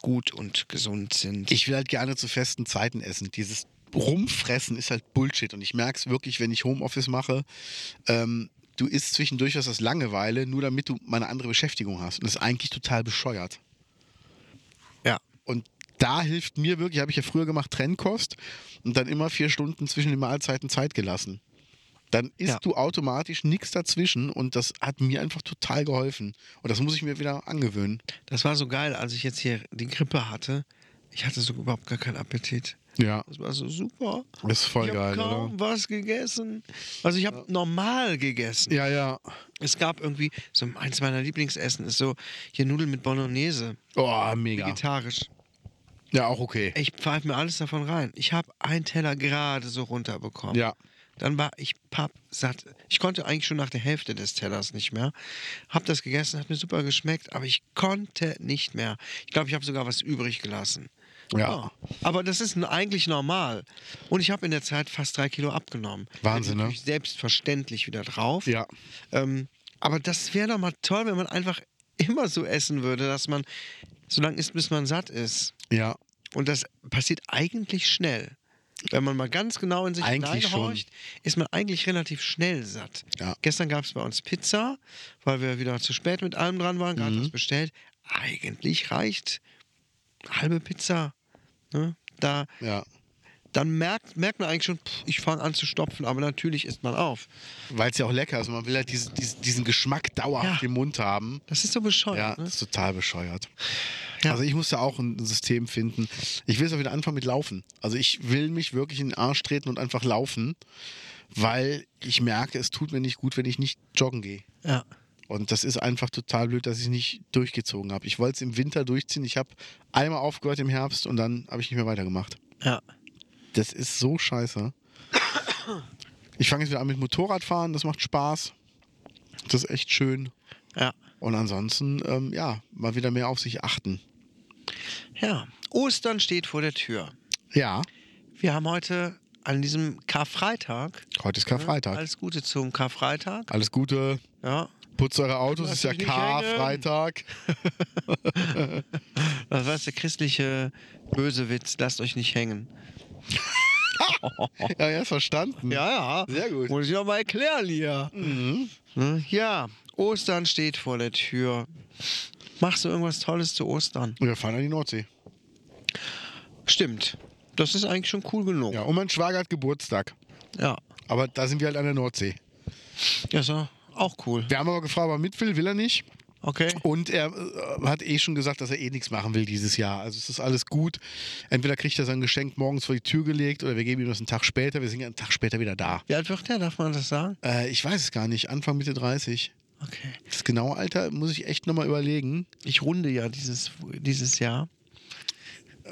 A: gut und gesund sind.
B: Ich will halt gerne zu festen Zeiten essen. Dieses rumfressen ist halt Bullshit. Und ich merke es wirklich, wenn ich Homeoffice mache. Ähm, du isst zwischendurch was aus Langeweile, nur damit du mal eine andere Beschäftigung hast. Und das ist eigentlich total bescheuert.
A: Ja.
B: Und da hilft mir wirklich, habe ich ja früher gemacht, Trennkost und dann immer vier Stunden zwischen den Mahlzeiten Zeit gelassen. Dann isst
A: Ja.
B: du automatisch nichts dazwischen und das hat mir einfach total geholfen. Und das muss ich mir wieder angewöhnen.
A: Das war so geil, als ich jetzt hier die Grippe hatte. Ich hatte so überhaupt gar keinen Appetit.
B: Ja,
A: Das war so super.
B: das ist voll
A: ich
B: geil,
A: habe kaum
B: oder?
A: was gegessen. Also ich habe normal gegessen.
B: Ja, ja.
A: Es gab irgendwie, so eins meiner Lieblingsessen ist so hier Nudeln mit Bolognese,
B: Oh, mega.
A: vegetarisch.
B: Ja, auch okay.
A: Ich pfeife mir alles davon rein. Ich habe einen Teller gerade so runterbekommen.
B: Ja.
A: Dann war ich pappsatt. Ich konnte eigentlich schon nach der Hälfte des Tellers nicht mehr. Hab das gegessen, hat mir super geschmeckt, aber ich konnte nicht mehr. Ich glaube, ich habe sogar was übrig gelassen. Ah.
B: Ja.
A: Aber das ist n- eigentlich normal. Und ich habe in der Zeit fast drei Kilo abgenommen.
B: Wahnsinn,
A: Bin
B: ne?
A: natürlich Selbstverständlich wieder drauf.
B: Ja.
A: Ähm, aber das wäre doch mal toll, wenn man einfach immer so essen würde, dass man so lange isst, bis man satt ist.
B: Ja.
A: Und das passiert eigentlich schnell. Wenn man mal ganz genau in sich
B: Eigentlich
A: hineinhorcht, ist man eigentlich relativ schnell satt.
B: Ja.
A: Gestern gab es bei uns Pizza, weil wir wieder zu spät mit allem dran waren, gerade was bestellt. Eigentlich reicht halbe Pizza. Ne? Da,
B: Ja.
A: dann merkt, merkt man eigentlich schon, pff, ich fange an zu stopfen, aber natürlich isst man auf.
B: Weil es ja auch lecker ist. Man will halt diesen, diesen, diesen Geschmack dauerhaft
A: Ja.
B: im Mund haben.
A: Das ist so bescheuert.
B: Ja,
A: ne?
B: das ist total bescheuert.
A: Ja.
B: Also ich muss da auch ein System finden. Ich will es auch wieder anfangen mit Laufen. Also ich will mich wirklich in den Arsch treten und einfach laufen, weil ich merke, es tut mir nicht gut, wenn ich nicht joggen gehe.
A: ja.
B: Und das ist einfach total blöd, dass ich es nicht durchgezogen habe. Ich wollte es im Winter durchziehen. Ich habe einmal aufgehört im Herbst und dann habe ich nicht mehr weitergemacht.
A: ja.
B: Das ist so scheiße. Ich fange jetzt wieder an mit Motorradfahren. Das macht Spaß. Das ist echt schön.
A: Ja.
B: Und ansonsten, ähm, ja, mal wieder mehr auf sich achten.
A: Ja. Ostern steht vor der Tür.
B: Ja.
A: Wir haben heute an diesem Karfreitag
B: Heute ist
A: Ja,
B: Karfreitag.
A: Alles Gute zum Karfreitag.
B: Alles Gute.
A: Ja.
B: Putzt eure Autos,
A: Lass
B: ist ja
A: dich nicht hängen.
B: Karfreitag.
A: Was war der christliche Bösewitz? Lasst euch nicht hängen.
B: Ja, ja, verstanden.
A: Ja, ja.
B: Sehr gut.
A: Muss ich noch mal erklären hier. Ne? Ja, Ostern steht vor der Tür. Machst du irgendwas Tolles zu Ostern?
B: Und wir fahren an die Nordsee.
A: Stimmt. Das ist eigentlich schon cool genug.
B: Ja, und mein Schwager hat Geburtstag.
A: Ja.
B: Aber da sind wir halt an der Nordsee.
A: Ja, ist doch auch cool.
B: Wir haben aber gefragt, ob er mit will, will er nicht.
A: Okay.
B: Und er äh, hat eh schon gesagt, dass er eh nichts machen will dieses Jahr. Also es ist alles gut. Entweder kriegt er sein Geschenk morgens vor die Tür gelegt oder wir geben ihm das einen Tag später. Wir sind ja einen Tag später wieder da.
A: Wie alt wird der? Darf man das sagen?
B: Äh, ich weiß es gar nicht. Anfang, Mitte 30.
A: Okay.
B: Das genaue Alter muss ich echt nochmal überlegen.
A: Ich runde ja dieses, dieses Jahr.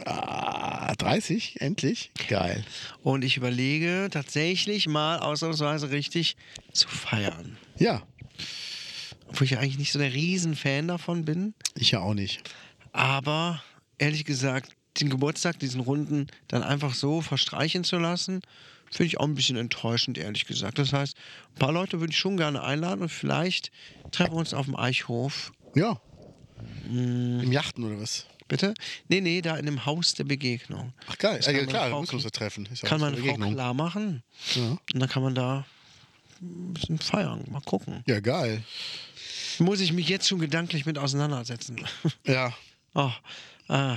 B: Ah, 30, endlich. Geil.
A: Und ich überlege tatsächlich mal ausnahmsweise richtig zu feiern.
B: Ja,
A: Obwohl ich ja eigentlich nicht so der Riesenfan davon bin.
B: ich ja auch nicht.
A: Aber ehrlich gesagt, den Geburtstag, diesen Runden, dann einfach so verstreichen zu lassen, finde ich auch ein bisschen enttäuschend, ehrlich gesagt. Das heißt, ein paar Leute würde ich schon gerne einladen und vielleicht treffen wir uns auf dem Eichhof.
B: Ja.
A: Hm.
B: Im Yachten oder was?
A: Bitte? Nee, nee, da in dem Haus der Begegnung.
B: Ach geil,
A: Das
B: ja, ja,
A: kann meine
B: klar,
A: Frau
B: da müssen wir uns ja treffen. Ist ja
A: kann
B: unsere
A: man Frau
B: Begegnung.
A: klar machen.
B: Ja.
A: Und dann kann man da ein bisschen feiern. Mal gucken.
B: ja, geil.
A: Muss ich mich jetzt schon gedanklich mit auseinandersetzen. (laughs)
B: Ja.
A: oh, äh,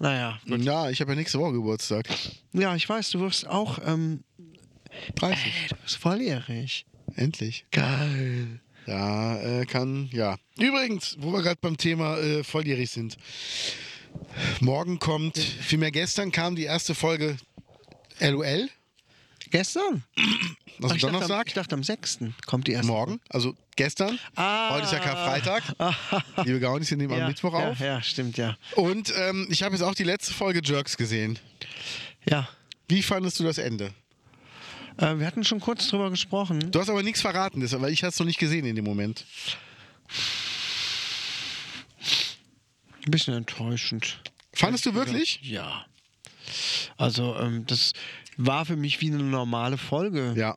A: naja.
B: Ja, ich habe ja nächste Woche Geburtstag.
A: Ja, ich weiß, du wirst auch ähm,
B: 30.
A: Ey, du bist volljährig.
B: Endlich.
A: Geil.
B: Ja, äh, kann, ja. Übrigens, wo wir gerade beim Thema äh, volljährig sind. Morgen kommt, vielmehr gestern kam die erste Folge LOL,
A: Gestern?
B: also
A: ich, dachte, am-
B: Donnerstag.
A: ich dachte, am 6. kommt die erste.
B: Morgen, also gestern.
A: Ah.
B: Heute ist ja
A: (laughs)
B: Karfreitag. Liebe Gaunis, wir nehmen
A: ja,
B: am Mittwoch
A: ja,
B: auf.
A: Ja, stimmt, ja.
B: Und ähm, ich habe jetzt auch die letzte Folge Jerks gesehen.
A: Ja.
B: Wie fandest du das Ende?
A: Äh, wir hatten schon kurz drüber gesprochen.
B: Du hast aber nichts verraten, deshalb, weil ich habe es noch nicht gesehen in dem Moment.
A: Ein bisschen enttäuschend.
B: Fandest du wirklich?
A: Ja. Also ähm, das war für mich wie eine normale Folge.
B: Ja.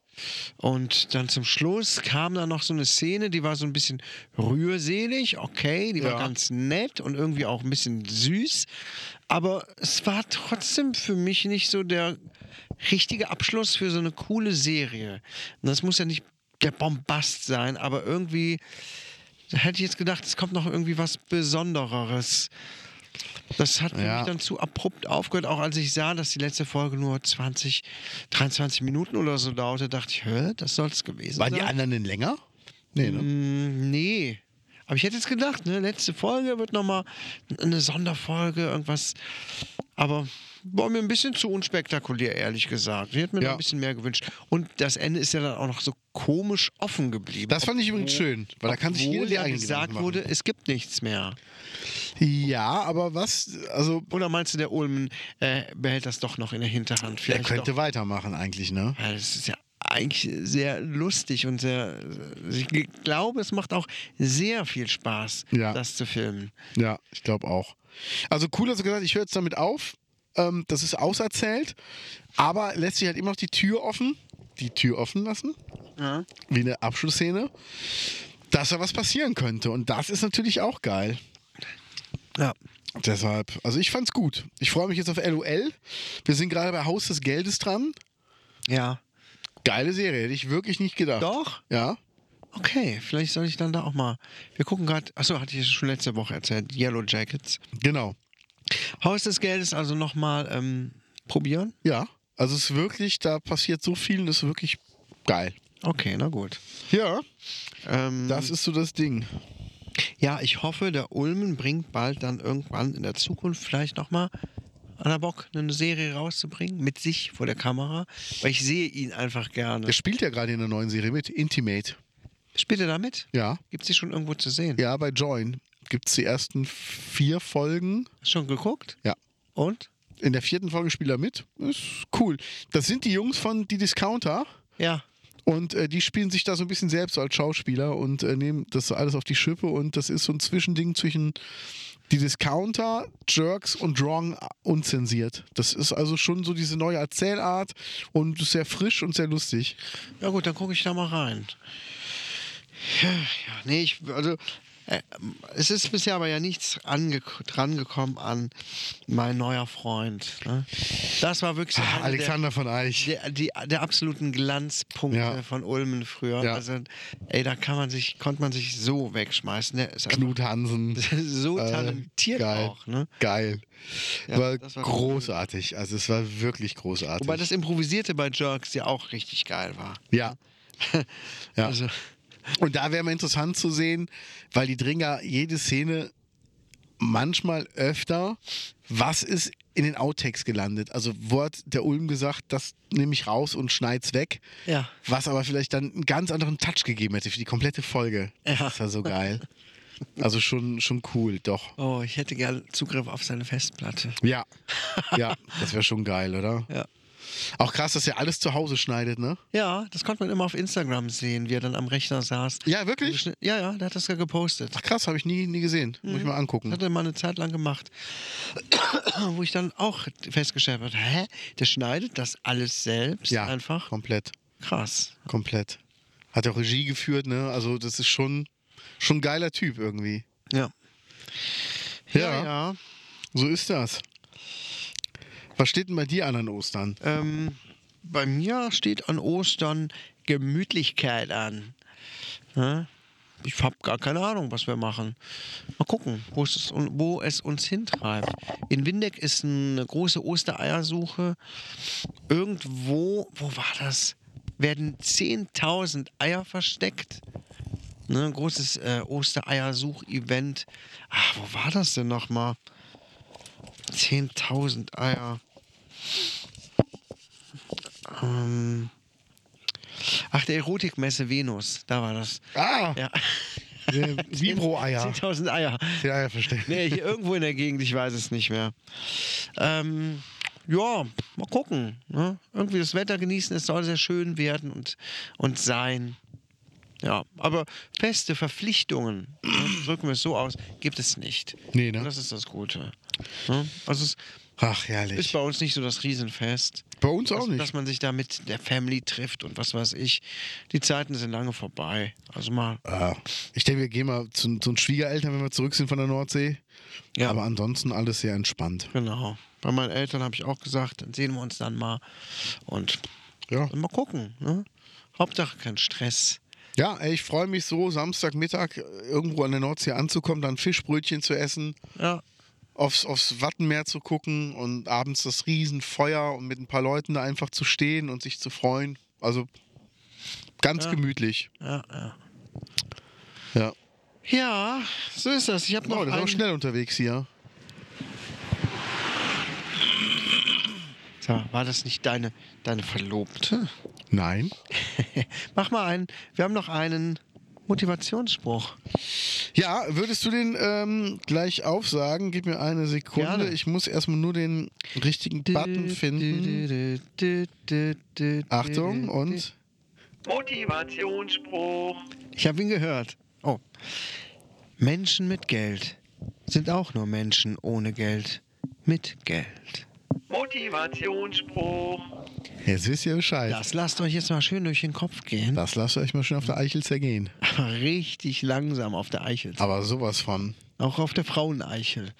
A: Und dann zum Schluss kam dann noch so eine Szene, die war so ein bisschen rührselig, okay, die war
B: Ja.
A: ganz nett und irgendwie auch ein bisschen süß. Aber es war trotzdem für mich nicht so der richtige Abschluss für so eine coole Serie. Und das muss ja nicht der Bombast sein, aber irgendwie hätte ich jetzt gedacht, es kommt noch irgendwie was Besondereres. Das hat für
B: Ja.
A: mich dann zu abrupt aufgehört, auch als ich sah, dass die letzte Folge nur 20, 23 Minuten oder so dauerte, dachte ich, hä, das soll es gewesen
B: Waren die
A: sein.
B: anderen denn länger? Nee, ne?
A: Mm, nee. Aber ich hätte jetzt gedacht, ne, letzte Folge wird nochmal eine Sonderfolge, irgendwas. Aber war mir ein bisschen zu unspektakulär, ehrlich gesagt. Ich hätte mir
B: Ja.
A: noch ein bisschen mehr gewünscht. Und das Ende ist ja dann auch noch so komisch offen geblieben.
B: Das fand ich übrigens schön, weil da kann sich jeder
A: obwohl
B: die
A: ja
B: eigenen
A: gesagt
B: Gedanken machen.
A: wurde, es gibt nichts mehr.
B: Ja, aber was, also
A: Oder meinst du, der Ulmen äh, behält das doch noch in der Hinterhand?
B: er
A: Vielleicht
B: könnte
A: Doch.
B: weitermachen eigentlich, ne?
A: Ja, das ist ja eigentlich sehr lustig und sehr. Ich glaube, es macht auch sehr viel Spaß,
B: Ja.
A: das zu filmen.
B: Ja, ich glaube auch. Also cool, dass du gesagt hast, ich höre jetzt damit auf. Ähm, das ist auserzählt, aber lässt sich halt immer noch die Tür offen, die Tür offen lassen,
A: Ja.
B: wie eine Abschlussszene, dass da was passieren könnte. Und das ist natürlich auch geil.
A: ja.
B: Deshalb, also ich fand's gut. Ich freue mich jetzt auf LOL. Wir sind gerade bei Haus des Geldes dran. Geile Serie, hätte ich wirklich nicht gedacht.
A: Doch?
B: Ja.
A: Okay, vielleicht soll ich dann da auch mal. Wir gucken gerade. Achso, hatte ich schon letzte Woche erzählt. Yellow Jackets.
B: Genau.
A: Haus des Geldes also nochmal ähm, probieren?
B: Ja. Also es ist wirklich, da passiert so viel und es ist wirklich geil.
A: Okay, na gut.
B: Ja,
A: Ähm,
B: das ist so das Ding.
A: Ja, ich hoffe, der Ulmen bringt bald dann irgendwann in der Zukunft vielleicht nochmal an der Bock, eine Serie rauszubringen, mit sich vor der Kamera, weil ich sehe ihn einfach gerne.
B: Der spielt ja gerade in der neuen Serie mit, Intimate.
A: Spielt er damit?
B: Ja.
A: Gibt sie schon irgendwo zu sehen?
B: Ja, bei Join gibt es die ersten vier Folgen.
A: Schon geguckt?
B: Ja.
A: Und?
B: In der vierten Folge spielt er mit. Ist cool. Das sind die Jungs von Die Discounter.
A: Ja.
B: Und äh, die spielen sich da so ein bisschen selbst so als Schauspieler und äh, nehmen das so alles auf die Schippe. Und das ist so ein Zwischending zwischen die Discounter, Jerks und Wrong unzensiert. Das ist also schon so diese neue Erzählart und sehr frisch und sehr lustig.
A: Ja gut, dann gucke ich da mal rein. Ja, ja, nee, ich, also äh, es ist bisher aber ja nichts ange drangekommen an mein neuer Freund. Ne? Das war wirklich so eine Ah, der-
B: Alexander von Eich.
A: der, die, der absoluten Glanzpunkte
B: Ja.
A: von Ulmen früher.
B: Ja.
A: Also, ey, da kann man sich, konnte man sich so wegschmeißen. Der ist einfach
B: Knut Hansen.
A: so
B: Äh,
A: talentiert
B: geil.
A: auch. Ne?
B: Geil.
A: Ja,
B: war,
A: das war
B: großartig. Also es war wirklich großartig.
A: Wobei das Improvisierte bei Jerks ja auch richtig geil war.
B: ja. ja.
A: Also,
B: Und da wäre mal interessant zu sehen, weil die Dringer jede Szene manchmal öfter, was ist in den Outtakes gelandet? Also wo hat der Ulm gesagt, das nehme ich raus und schneid's weg.
A: ja.
B: Was aber vielleicht dann einen ganz anderen Touch gegeben hätte für die komplette Folge.
A: Ja.
B: Das war so geil. Also schon, schon cool, doch.
A: Oh, ich hätte gerne Zugriff auf seine Festplatte.
B: Ja. Ja, das wäre schon geil, oder?
A: Ja.
B: Auch krass, dass er alles zu Hause schneidet, ne?
A: Ja, das konnte man immer auf Instagram sehen, wie er dann am Rechner saß. Also
B: Ja, wirklich?
A: Ja, ja, der hat das ja gepostet.
B: Ach krass, habe ich nie, nie gesehen. Muss ich mal angucken.
A: Das Mhm. hat er mal eine Zeit lang gemacht, (coughs) wo ich dann auch festgestellt habe, hä, der schneidet das alles selbst
B: Ja,
A: einfach.
B: komplett.
A: Krass.
B: Komplett. Hat auch Regie geführt, ne? Also, das ist schon, schon ein geiler Typ irgendwie.
A: Ja.
B: Ja.
A: Ja, ja.
B: So ist das. Was steht denn bei dir an an Ostern?
A: Ähm, bei mir steht an Ostern Gemütlichkeit an. Ne? Ich habe gar keine Ahnung, was wir machen. Mal gucken, wo es, wo es uns hintreibt. In Windeck ist eine große Ostereiersuche. Irgendwo, wo war das? Werden 10.000 Eier versteckt. Ne, ein großes äh, Ostereiersuch-Event. Ah, wo war das denn nochmal? 10.000 Eier. Ähm, ach, der Erotikmesse Venus, da war das. (laughs)
B: Ah!
A: Ja.
B: äh, Vibro-Eier.
A: 10.000 Eier.
B: Ja, ja, verstehe.
A: Nee, hier irgendwo in der Gegend, ich weiß es nicht mehr. Ähm, ja, mal gucken. Ne? Irgendwie das Wetter genießen, es soll sehr schön werden und, und sein. Ja, aber feste Verpflichtungen, ne, drücken wir es so aus, gibt es nicht.
B: Nee, ne?
A: Und Das ist das Gute. Ne? Also es
B: Ach,
A: ist
B: herrlich.
A: bei uns nicht so das Riesenfest.
B: Bei uns
A: dass,
B: auch nicht.
A: Dass man sich da mit der Family trifft und was weiß ich. Die Zeiten sind lange vorbei. Also mal.
B: Ah, ich denke, wir gehen mal zu, zu den Schwiegereltern, wenn wir zurück sind von der Nordsee.
A: Ja.
B: Aber ansonsten alles sehr entspannt.
A: Genau. Bei meinen Eltern habe ich auch gesagt, dann sehen wir uns dann mal und
B: Ja,
A: mal gucken. Ne? Hauptsache kein Stress.
B: ja ey, ich freue mich so, Samstagmittag äh, irgendwo an der Nordsee anzukommen, dann Fischbrötchen zu essen,
A: Ja.
B: aufs, aufs Wattenmeer zu gucken und abends das Riesenfeuer und mit ein paar Leuten da einfach zu stehen und sich zu freuen. Also ganz gemütlich.
A: Ja, ja.
B: Ja.
A: ja so ist das. Ich habe noch
B: Oh, das ist auch
A: einen-
B: schnell unterwegs hier.
A: Tja, war das nicht deine, deine Verlobte?
B: Nein.
A: Mach mal einen. Wir haben noch einen Motivationsspruch.
B: Ja, würdest du den ähm, gleich aufsagen? Gib mir eine Sekunde.
A: Gerne.
B: Ich muss erstmal nur den richtigen Button finden. Achtung und.
C: Motivationsspruch.
A: Ich habe ihn gehört. Oh. Menschen mit Geld sind auch nur Menschen ohne Geld mit Geld.
C: Motivationsspruch.
B: Jetzt wisst ihr Bescheid. Das,
A: Das lasst euch jetzt mal schön durch den Kopf gehen.
B: lasst euch mal schön auf der Eichel zergehen.
A: Aber (laughs) richtig langsam auf der Eichel.
B: Aber sowas von.
A: Auch auf der Fraueneichel.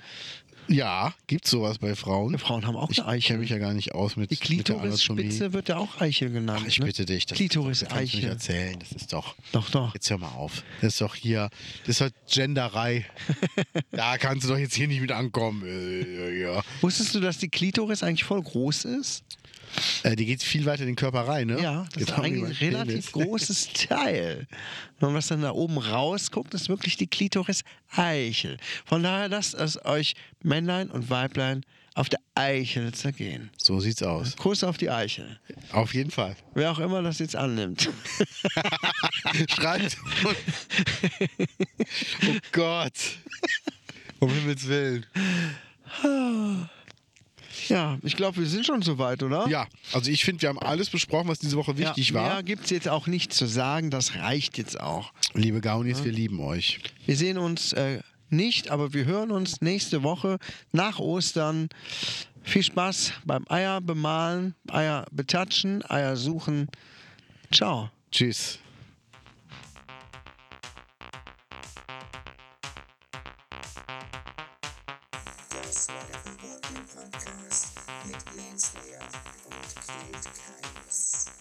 B: Ja, gibt's sowas bei Frauen?
A: Frauen haben auch
B: Ich
A: eine
B: kenne
A: Eichel.
B: mich ja gar nicht aus mit,
A: Die
B: mit der Anatomie.
A: Klitorisspitze wird ja auch Eichel genannt.
B: Ach, ich
A: ne?
B: bitte dich. Das das kannst du nicht
A: Klitoris-Eichel.
B: erzählen. Das ist doch.
A: Doch, doch.
B: Jetzt hör mal auf. Das ist doch hier. Das ist doch Genderei.
A: (laughs)
B: da kannst du doch jetzt hier nicht mit ankommen. Äh, ja.
A: Wusstest du, dass die Klitoris eigentlich voll groß ist?
B: Äh, die geht viel weiter in den Körper rein, ne?
A: Ja, das
B: Jetzt
A: ist
B: haben wir
A: eigentlich
B: mal
A: ein
B: den Penis. (laughs)
A: relativ großes Teil. Und was dann da oben rausguckt, ist wirklich die Klitoris-Eichel. Von daher lasst es euch Männlein und Weiblein auf der Eichel zergehen.
B: So sieht's aus.
A: Kuss auf die Eichel.
B: Auf jeden Fall.
A: Wer auch immer das
B: (laughs)
A: jetzt annimmt.
B: Schreibt.
A: (laughs)
B: oh Gott. Um Himmels Willen.
A: Ja, ich glaube, wir sind schon soweit, oder?
B: Ja, also ich finde, wir haben alles besprochen, was diese Woche wichtig
A: ja,
B: war.
A: Mehr gibt es jetzt auch nicht zu sagen. Das reicht jetzt auch.
B: Liebe Gaunis, wir lieben euch.
A: Wir sehen uns äh, nicht, aber wir hören uns nächste Woche nach Ostern. Viel Spaß beim Eier bemalen, Eier betatschen, Eier suchen. Ciao.
B: Tschüss.
D: Das war der Boardgame Podcast mit Lance Lehr und Kate Keines.